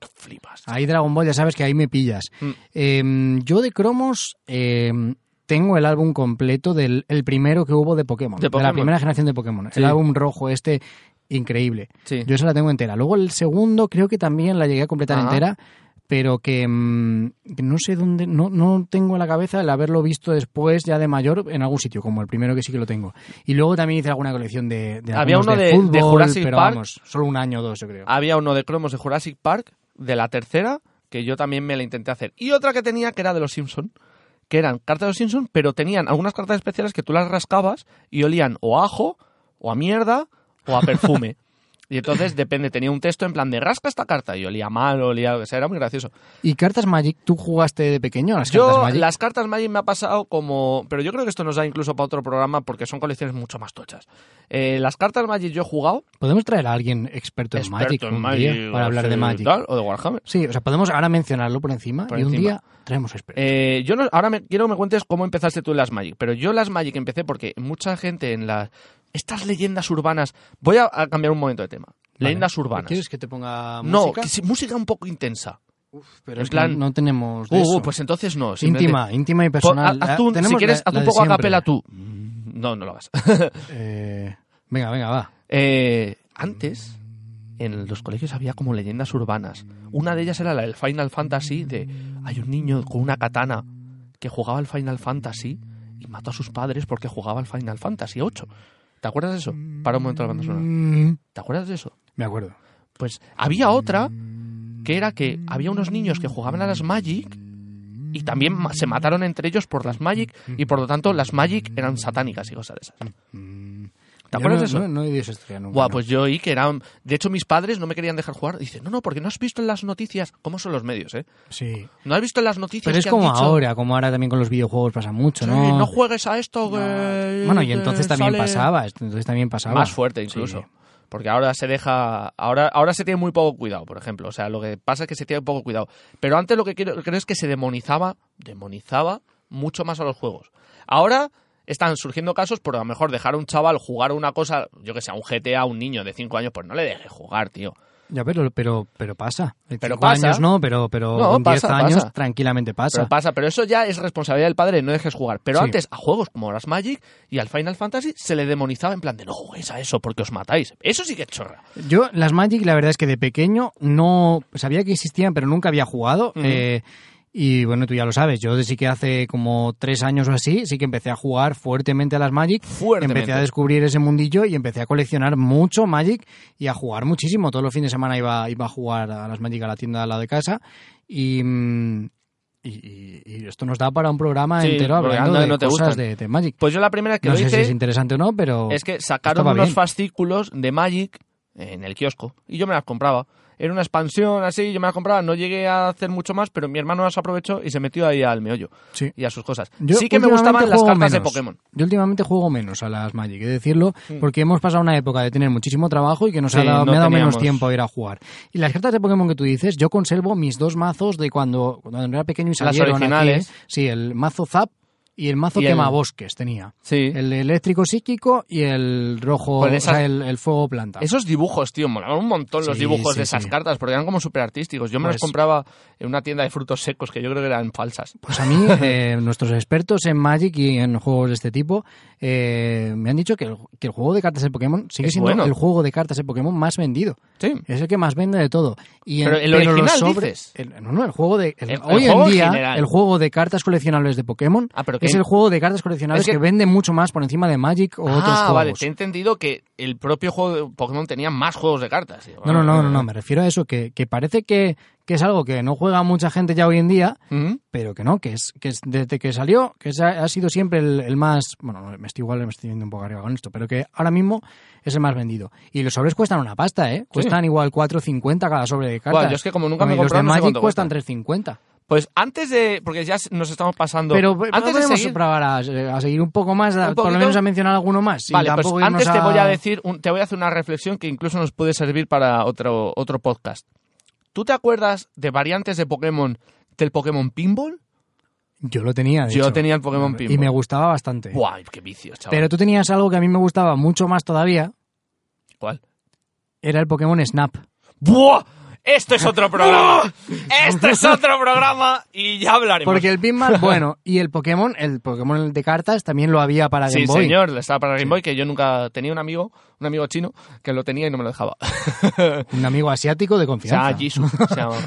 [SPEAKER 2] ¡Qué flipas!
[SPEAKER 1] Ahí Dragon Ball, ya sabes que ahí me pillas.
[SPEAKER 2] Mm.
[SPEAKER 1] Eh, yo de cromos eh, tengo el álbum completo del el primero que hubo de Pokémon,
[SPEAKER 2] De Pokémon.
[SPEAKER 1] la primera generación de Pokémon.
[SPEAKER 2] Sí.
[SPEAKER 1] El álbum rojo este, increíble.
[SPEAKER 2] Sí.
[SPEAKER 1] Yo esa la tengo entera. Luego el segundo creo que también la llegué a completar
[SPEAKER 2] Ajá.
[SPEAKER 1] entera, pero que, mm, que no sé dónde, no, no tengo en la cabeza el haberlo visto después ya de mayor en algún sitio, como el primero que sí que lo tengo. Y luego también hice alguna colección de... de
[SPEAKER 2] Había
[SPEAKER 1] algunos
[SPEAKER 2] uno de-
[SPEAKER 1] de,
[SPEAKER 2] de
[SPEAKER 1] fútbol,
[SPEAKER 2] Jurassic
[SPEAKER 1] pero
[SPEAKER 2] Park.
[SPEAKER 1] vamos, solo un año o dos yo creo.
[SPEAKER 2] Había uno de cromos de Jurassic Park, de la tercera, que yo también me la intenté hacer. Y otra que tenía que era de los Simpson, que eran cartas de los Simpson, pero tenían algunas cartas especiales que tú las rascabas y olían o a ajo, o a mierda, o a perfume. Y entonces, depende, tenía un texto en plan de rasca esta carta y olía mal, olía lo que sea, era muy gracioso.
[SPEAKER 1] ¿Y cartas Magic tú jugaste de pequeño? a Las cartas
[SPEAKER 2] Yo,
[SPEAKER 1] Magic?
[SPEAKER 2] las cartas Magic me ha pasado como. Pero yo creo que esto nos da incluso para otro programa porque son colecciones mucho más tochas. Eh, las cartas Magic yo he jugado.
[SPEAKER 1] Podemos traer a alguien experto en
[SPEAKER 2] experto
[SPEAKER 1] Magic
[SPEAKER 2] en
[SPEAKER 1] un
[SPEAKER 2] Magic,
[SPEAKER 1] día para hablar
[SPEAKER 2] sí,
[SPEAKER 1] de Magic.
[SPEAKER 2] tal, o de Warhammer.
[SPEAKER 1] Sí, o sea, podemos ahora mencionarlo por encima
[SPEAKER 2] Por
[SPEAKER 1] y un
[SPEAKER 2] encima.
[SPEAKER 1] día traemos experto.
[SPEAKER 2] Eh, yo no- ahora me, quiero que me cuentes cómo empezaste tú en las Magic, pero yo las Magic empecé porque mucha gente en las estas leyendas urbanas. Voy a, a cambiar un momento de tema. Leyendas urbanas.
[SPEAKER 1] ¿Quieres que te ponga
[SPEAKER 2] No,
[SPEAKER 1] música?
[SPEAKER 2] que sí, música un poco intensa.
[SPEAKER 1] pero
[SPEAKER 2] en
[SPEAKER 1] es que
[SPEAKER 2] plan-
[SPEAKER 1] no tenemos de
[SPEAKER 2] Uh,
[SPEAKER 1] eso.
[SPEAKER 2] uh, pues entonces no. simplemente-
[SPEAKER 1] íntima, íntima y
[SPEAKER 2] Po-
[SPEAKER 1] personal.
[SPEAKER 2] haz
[SPEAKER 1] La-
[SPEAKER 2] tú un- si
[SPEAKER 1] tenemos
[SPEAKER 2] quieres,
[SPEAKER 1] la-
[SPEAKER 2] haz
[SPEAKER 1] la
[SPEAKER 2] un
[SPEAKER 1] de
[SPEAKER 2] poco a
[SPEAKER 1] siempre.
[SPEAKER 2] capela tú. No, no lo hagas.
[SPEAKER 1] Eh, venga, venga, va.
[SPEAKER 2] Eh, antes, en los colegios había como leyendas urbanas. Una de ellas era la del Final Fantasy, de hay un niño con una katana que jugaba al Final Fantasy y mató a sus padres porque jugaba al Final Fantasy 8. ¿Te acuerdas de eso? Para un momento la banda sonora.
[SPEAKER 1] Mm,
[SPEAKER 2] ¿Te acuerdas de eso?
[SPEAKER 1] Me acuerdo.
[SPEAKER 2] Pues había otra que era que había unos niños que jugaban a las Magic y también ma- se mataron entre ellos por las Magic y por lo tanto las Magic eran satánicas y cosas de esas. ¿Te
[SPEAKER 1] Mm. Yo
[SPEAKER 2] acuerdas
[SPEAKER 1] no,
[SPEAKER 2] de eso?
[SPEAKER 1] No, no he oído esa historia nunca.
[SPEAKER 2] Buah,
[SPEAKER 1] no.
[SPEAKER 2] pues yo oí que eran. De hecho, mis padres no me querían dejar jugar. Dicen, no, no, porque no has visto en las noticias. ¿Cómo son los medios, eh?
[SPEAKER 1] Sí.
[SPEAKER 2] No has visto en las noticias.
[SPEAKER 1] Pero es
[SPEAKER 2] que
[SPEAKER 1] como
[SPEAKER 2] han dicho,
[SPEAKER 1] ahora, como ahora también con los videojuegos pasa mucho,
[SPEAKER 2] "Sí,
[SPEAKER 1] ¿no?
[SPEAKER 2] no juegues a esto. que
[SPEAKER 1] Bueno, y
[SPEAKER 2] te
[SPEAKER 1] entonces también
[SPEAKER 2] sale
[SPEAKER 1] pasaba, entonces también pasaba.
[SPEAKER 2] Más fuerte, incluso.
[SPEAKER 1] Sí.
[SPEAKER 2] Porque ahora se deja. Ahora, ahora se tiene muy poco cuidado, por ejemplo. O sea, lo que pasa es que se tiene poco cuidado. Pero antes lo que quiero- creo es que se demonizaba. Demonizaba mucho más a los juegos. Ahora. Están surgiendo casos por a lo mejor dejar a un chaval jugar una cosa, yo que sé, a un GTA, a un niño de 5 años, pues no le dejes jugar, tío.
[SPEAKER 1] Ya, pero, pero, pero pasa. En
[SPEAKER 2] Pero
[SPEAKER 1] cinco
[SPEAKER 2] pasa.
[SPEAKER 1] años no, pero, pero
[SPEAKER 2] No,
[SPEAKER 1] en 10
[SPEAKER 2] pasa,
[SPEAKER 1] años
[SPEAKER 2] pasa.
[SPEAKER 1] tranquilamente pasa.
[SPEAKER 2] Pero pasa, pero eso ya es responsabilidad del padre, no dejes jugar. Pero
[SPEAKER 1] Ah. Sí.
[SPEAKER 2] antes, a juegos como las Magic y al Final Fantasy se le demonizaba en plan de no juguéis a eso porque os matáis. Eso sí que es chorra.
[SPEAKER 1] Yo, las Magic, la verdad es que de pequeño no sabía que existían, pero nunca había jugado.
[SPEAKER 2] Ujú.
[SPEAKER 1] eh, y bueno, tú ya lo sabes, yo sí que hace como tres años o así, sí que empecé a jugar fuertemente a las Magic.
[SPEAKER 2] Fuertemente.
[SPEAKER 1] Empecé a descubrir ese mundillo y empecé a coleccionar mucho Magic y a jugar muchísimo. Todos los fines de semana iba, iba a jugar a las Magic a la tienda al lado de casa. Y, mm, y, y- y esto nos da para un programa
[SPEAKER 2] Sí,
[SPEAKER 1] entero
[SPEAKER 2] porque
[SPEAKER 1] hablando
[SPEAKER 2] anda,
[SPEAKER 1] de
[SPEAKER 2] no te
[SPEAKER 1] cosas
[SPEAKER 2] gustan.
[SPEAKER 1] de, de Magic.
[SPEAKER 2] Pues yo la primera que
[SPEAKER 1] No
[SPEAKER 2] lo
[SPEAKER 1] sé si
[SPEAKER 2] hice
[SPEAKER 1] es interesante o no, pero
[SPEAKER 2] es que sacaron
[SPEAKER 1] estaba
[SPEAKER 2] unos
[SPEAKER 1] bien.
[SPEAKER 2] fascículos de Magic en el kiosco y yo me las compraba. Era una expansión así, yo me las compraba, no llegué a hacer mucho más, pero mi hermano las aprovechó y se metió ahí al meollo
[SPEAKER 1] sí.
[SPEAKER 2] y a sus cosas.
[SPEAKER 1] Yo
[SPEAKER 2] sí que me
[SPEAKER 1] últimamente
[SPEAKER 2] gustaban las
[SPEAKER 1] juego
[SPEAKER 2] cartas de
[SPEAKER 1] menos.
[SPEAKER 2] Pokémon. Mm.
[SPEAKER 1] Yo últimamente juego menos a las Magic, he de decirlo, porque hemos pasado una época de tener muchísimo trabajo y que nos ha
[SPEAKER 2] Sí,
[SPEAKER 1] dado,
[SPEAKER 2] no
[SPEAKER 1] me ha dado menos
[SPEAKER 2] teníamos-
[SPEAKER 1] tiempo a ir a jugar. Y las cartas de Pokémon que tú dices, yo conservo mis dos mazos de cuando, cuando era pequeño y
[SPEAKER 2] Las
[SPEAKER 1] salieron aquí,
[SPEAKER 2] originales.
[SPEAKER 1] ¿eh? Sí, el mazo Zap y el mazo
[SPEAKER 2] Y el-
[SPEAKER 1] quemabosques tenía.
[SPEAKER 2] Sí.
[SPEAKER 1] El eléctrico psíquico y el rojo,
[SPEAKER 2] Con
[SPEAKER 1] o
[SPEAKER 2] esas-
[SPEAKER 1] sea, el, el fuego planta.
[SPEAKER 2] Esos dibujos, tío, molaban un montón los
[SPEAKER 1] Sí,
[SPEAKER 2] dibujos
[SPEAKER 1] sí,
[SPEAKER 2] de esas
[SPEAKER 1] sí.
[SPEAKER 2] cartas, porque eran como súper artísticos. Yo me los
[SPEAKER 1] Pues-
[SPEAKER 2] compraba en una tienda de frutos secos, que yo creo que eran falsas.
[SPEAKER 1] Pues a mí, eh, nuestros expertos en Magic y en juegos de este tipo, eh, me han dicho que el, que el juego de cartas de Pokémon sigue
[SPEAKER 2] Es
[SPEAKER 1] siendo
[SPEAKER 2] bueno.
[SPEAKER 1] el juego de cartas de Pokémon más vendido.
[SPEAKER 2] Sí.
[SPEAKER 1] Es el que más vende de todo. Y
[SPEAKER 2] Pero el
[SPEAKER 1] los
[SPEAKER 2] original,
[SPEAKER 1] sobres-
[SPEAKER 2] dices.
[SPEAKER 1] el- no, no, el juego de. el-
[SPEAKER 2] El- el
[SPEAKER 1] hoy
[SPEAKER 2] juego
[SPEAKER 1] en
[SPEAKER 2] en
[SPEAKER 1] día,
[SPEAKER 2] general.
[SPEAKER 1] el juego de cartas coleccionables de Pokémon
[SPEAKER 2] Ah, pero que-
[SPEAKER 1] es el juego de cartas coleccionables
[SPEAKER 2] Es que-
[SPEAKER 1] que... vende mucho más por encima de Magic o
[SPEAKER 2] ah,
[SPEAKER 1] otros juegos.
[SPEAKER 2] vale, te he entendido que el propio juego de Pokémon tenía más juegos de cartas. tío.
[SPEAKER 1] No, no, no, no, no, me refiero a eso, que, que parece que, que es algo que no juega mucha gente ya hoy en día,
[SPEAKER 2] Ujú.
[SPEAKER 1] pero que no, que es que es desde que salió, que es- ha sido siempre el, el más, bueno, no, me estoy igual, me estoy yendo un poco arriba con esto, pero que ahora mismo es el más vendido. Y los sobres cuestan una pasta, ¿eh? Cuestan igual 4.50 cada sobre de cartas.
[SPEAKER 2] Guau, yo es que como nunca me he
[SPEAKER 1] Y los de
[SPEAKER 2] comprado, no sé
[SPEAKER 1] Magic
[SPEAKER 2] cuánto
[SPEAKER 1] cuestan
[SPEAKER 2] cuestan.
[SPEAKER 1] 3.50.
[SPEAKER 2] Pues antes de. Porque ya nos estamos pasando.
[SPEAKER 1] Pero eh,
[SPEAKER 2] antes de
[SPEAKER 1] podemos
[SPEAKER 2] seguir-
[SPEAKER 1] probar a, a seguir un poco más, a-
[SPEAKER 2] ¿Un
[SPEAKER 1] por lo
[SPEAKER 2] poquito?
[SPEAKER 1] menos a mencionar alguno más. sin
[SPEAKER 2] Vale, pues
[SPEAKER 1] tampoco irnos
[SPEAKER 2] antes te
[SPEAKER 1] a-
[SPEAKER 2] voy a decir, un- te voy a hacer una reflexión que incluso nos puede servir para otro, otro podcast. ¿Tú te acuerdas de variantes de Pokémon del Pokémon Pinball?
[SPEAKER 1] Yo lo tenía, de
[SPEAKER 2] Yo
[SPEAKER 1] hecho.
[SPEAKER 2] tenía el Pokémon Pinball.
[SPEAKER 1] Y me gustaba bastante.
[SPEAKER 2] Guay, qué vicios, chaval.
[SPEAKER 1] Pero tú tenías algo que a mí me gustaba mucho más todavía,
[SPEAKER 2] ¿Cuál?
[SPEAKER 1] era el Pokémon Snap.
[SPEAKER 2] ¡Buah! Esto es otro programa. Esto es otro programa y ya hablaremos.
[SPEAKER 1] Porque el Pinball, bueno, y el Pokémon, el Pokémon de cartas también lo había para Game
[SPEAKER 2] Sí,
[SPEAKER 1] Boy.
[SPEAKER 2] señor, estaba para Game Boy, que yo nunca tenía un amigo, un amigo chino, que lo tenía y no me lo dejaba. o
[SPEAKER 1] Un amigo asiático de confianza.
[SPEAKER 2] sea, Jisoo se llamaba.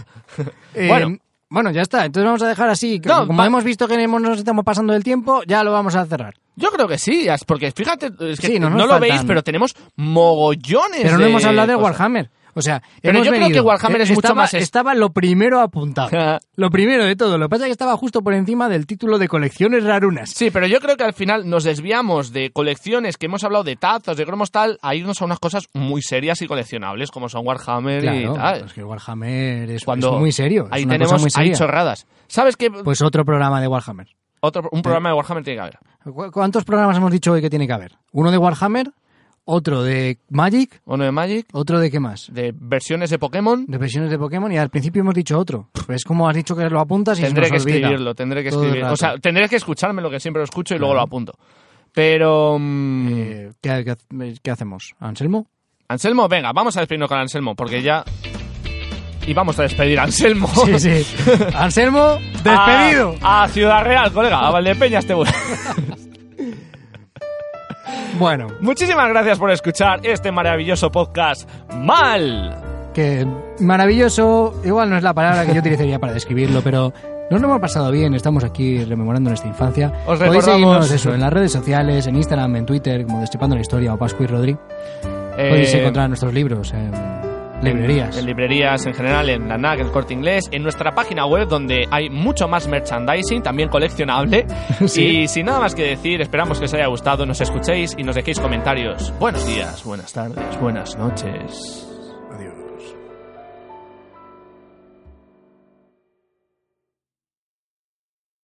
[SPEAKER 1] Eh,
[SPEAKER 2] bueno.
[SPEAKER 1] bueno. ya está. Entonces vamos a dejar así. que
[SPEAKER 2] No,
[SPEAKER 1] Como
[SPEAKER 2] va-
[SPEAKER 1] hemos visto que hemos- nos estamos pasando del tiempo, ya lo vamos a cerrar.
[SPEAKER 2] Yo creo que sí, as- porque fíjate, es que
[SPEAKER 1] Sí, no
[SPEAKER 2] no,
[SPEAKER 1] nos
[SPEAKER 2] lo
[SPEAKER 1] faltan.
[SPEAKER 2] veis, pero tenemos mogollones.
[SPEAKER 1] Pero no
[SPEAKER 2] de
[SPEAKER 1] hemos hablado de
[SPEAKER 2] cosas.
[SPEAKER 1] Warhammer. O sea,
[SPEAKER 2] Pero
[SPEAKER 1] hemos
[SPEAKER 2] yo creo
[SPEAKER 1] venido. Eh,
[SPEAKER 2] que Warhammer es mucho
[SPEAKER 1] Estaba-
[SPEAKER 2] más es-
[SPEAKER 1] Estaba lo primero apuntado. Lo primero de todo. Lo que pasa es que estaba justo por encima del título de colecciones rarunas.
[SPEAKER 2] Sí, pero yo creo que al final nos desviamos de colecciones que hemos hablado de tazas, de cromos tal, a irnos a unas cosas muy serias y coleccionables, como son Warhammer y
[SPEAKER 1] Claro,
[SPEAKER 2] tal.
[SPEAKER 1] es que Warhammer es,
[SPEAKER 2] Cuando
[SPEAKER 1] es muy serio.
[SPEAKER 2] Ahí
[SPEAKER 1] es una
[SPEAKER 2] tenemos
[SPEAKER 1] cosa muy
[SPEAKER 2] ahí
[SPEAKER 1] seria.
[SPEAKER 2] chorradas. ¿Sabes qué?
[SPEAKER 1] Pues eh, otro programa de Warhammer.
[SPEAKER 2] Otro, un programa de Warhammer tiene que haber.
[SPEAKER 1] ¿Cu- ¿Cuántos programas hemos dicho hoy que tiene que haber? Uno de Warhammer, otro de Magic,
[SPEAKER 2] Uno de Magic,
[SPEAKER 1] otro de qué más?
[SPEAKER 2] de versiones de Pokémon.
[SPEAKER 1] De versiones de Pokémon y al principio hemos dicho otro. Pues Es como has dicho que lo apuntas y se nos
[SPEAKER 2] Tendré que
[SPEAKER 1] olvida.
[SPEAKER 2] escribirlo, tendré que
[SPEAKER 1] Todo el
[SPEAKER 2] escribirlo. O sea,
[SPEAKER 1] rato.
[SPEAKER 2] tendré que escucharme lo que siempre lo escucho y luego lo
[SPEAKER 1] Claro.
[SPEAKER 2] apunto. Pero... mm,
[SPEAKER 1] Eh, ¿qué, qué- qué hacemos? ¿Anselmo?
[SPEAKER 2] Anselmo, venga, vamos a despedirnos con Anselmo, porque ya. Y vamos a despedir a Anselmo.
[SPEAKER 1] Sí, sí. Anselmo, despedido.
[SPEAKER 2] A, a Ciudad Real, colega, a este Valdepeñas te voy.
[SPEAKER 1] Ah, Bueno,
[SPEAKER 2] Muchísimas gracias por escuchar este maravilloso podcast. ¡Mal!
[SPEAKER 1] que maravilloso. Igual no es la palabra que yo utilizaría para describirlo, pero nos lo hemos pasado bien. Estamos aquí rememorando nuestra infancia.
[SPEAKER 2] Os
[SPEAKER 1] Podéis
[SPEAKER 2] recordamos-
[SPEAKER 1] seguirnos eso en las redes sociales, en Instagram, en Twitter, como Destepando la Historia o Pascu y Rodri. Podéis
[SPEAKER 2] Eh,
[SPEAKER 1] encontrar nuestros libros en librerías.
[SPEAKER 2] En, librerías en general, en la NAC, en el corte inglés, en nuestra página web donde hay mucho más merchandising, también coleccionable.
[SPEAKER 1] Sí.
[SPEAKER 2] Y sin nada más que decir, esperamos que os haya gustado, nos escuchéis y nos dejéis comentarios. Buenos días, buenas tardes, buenas noches.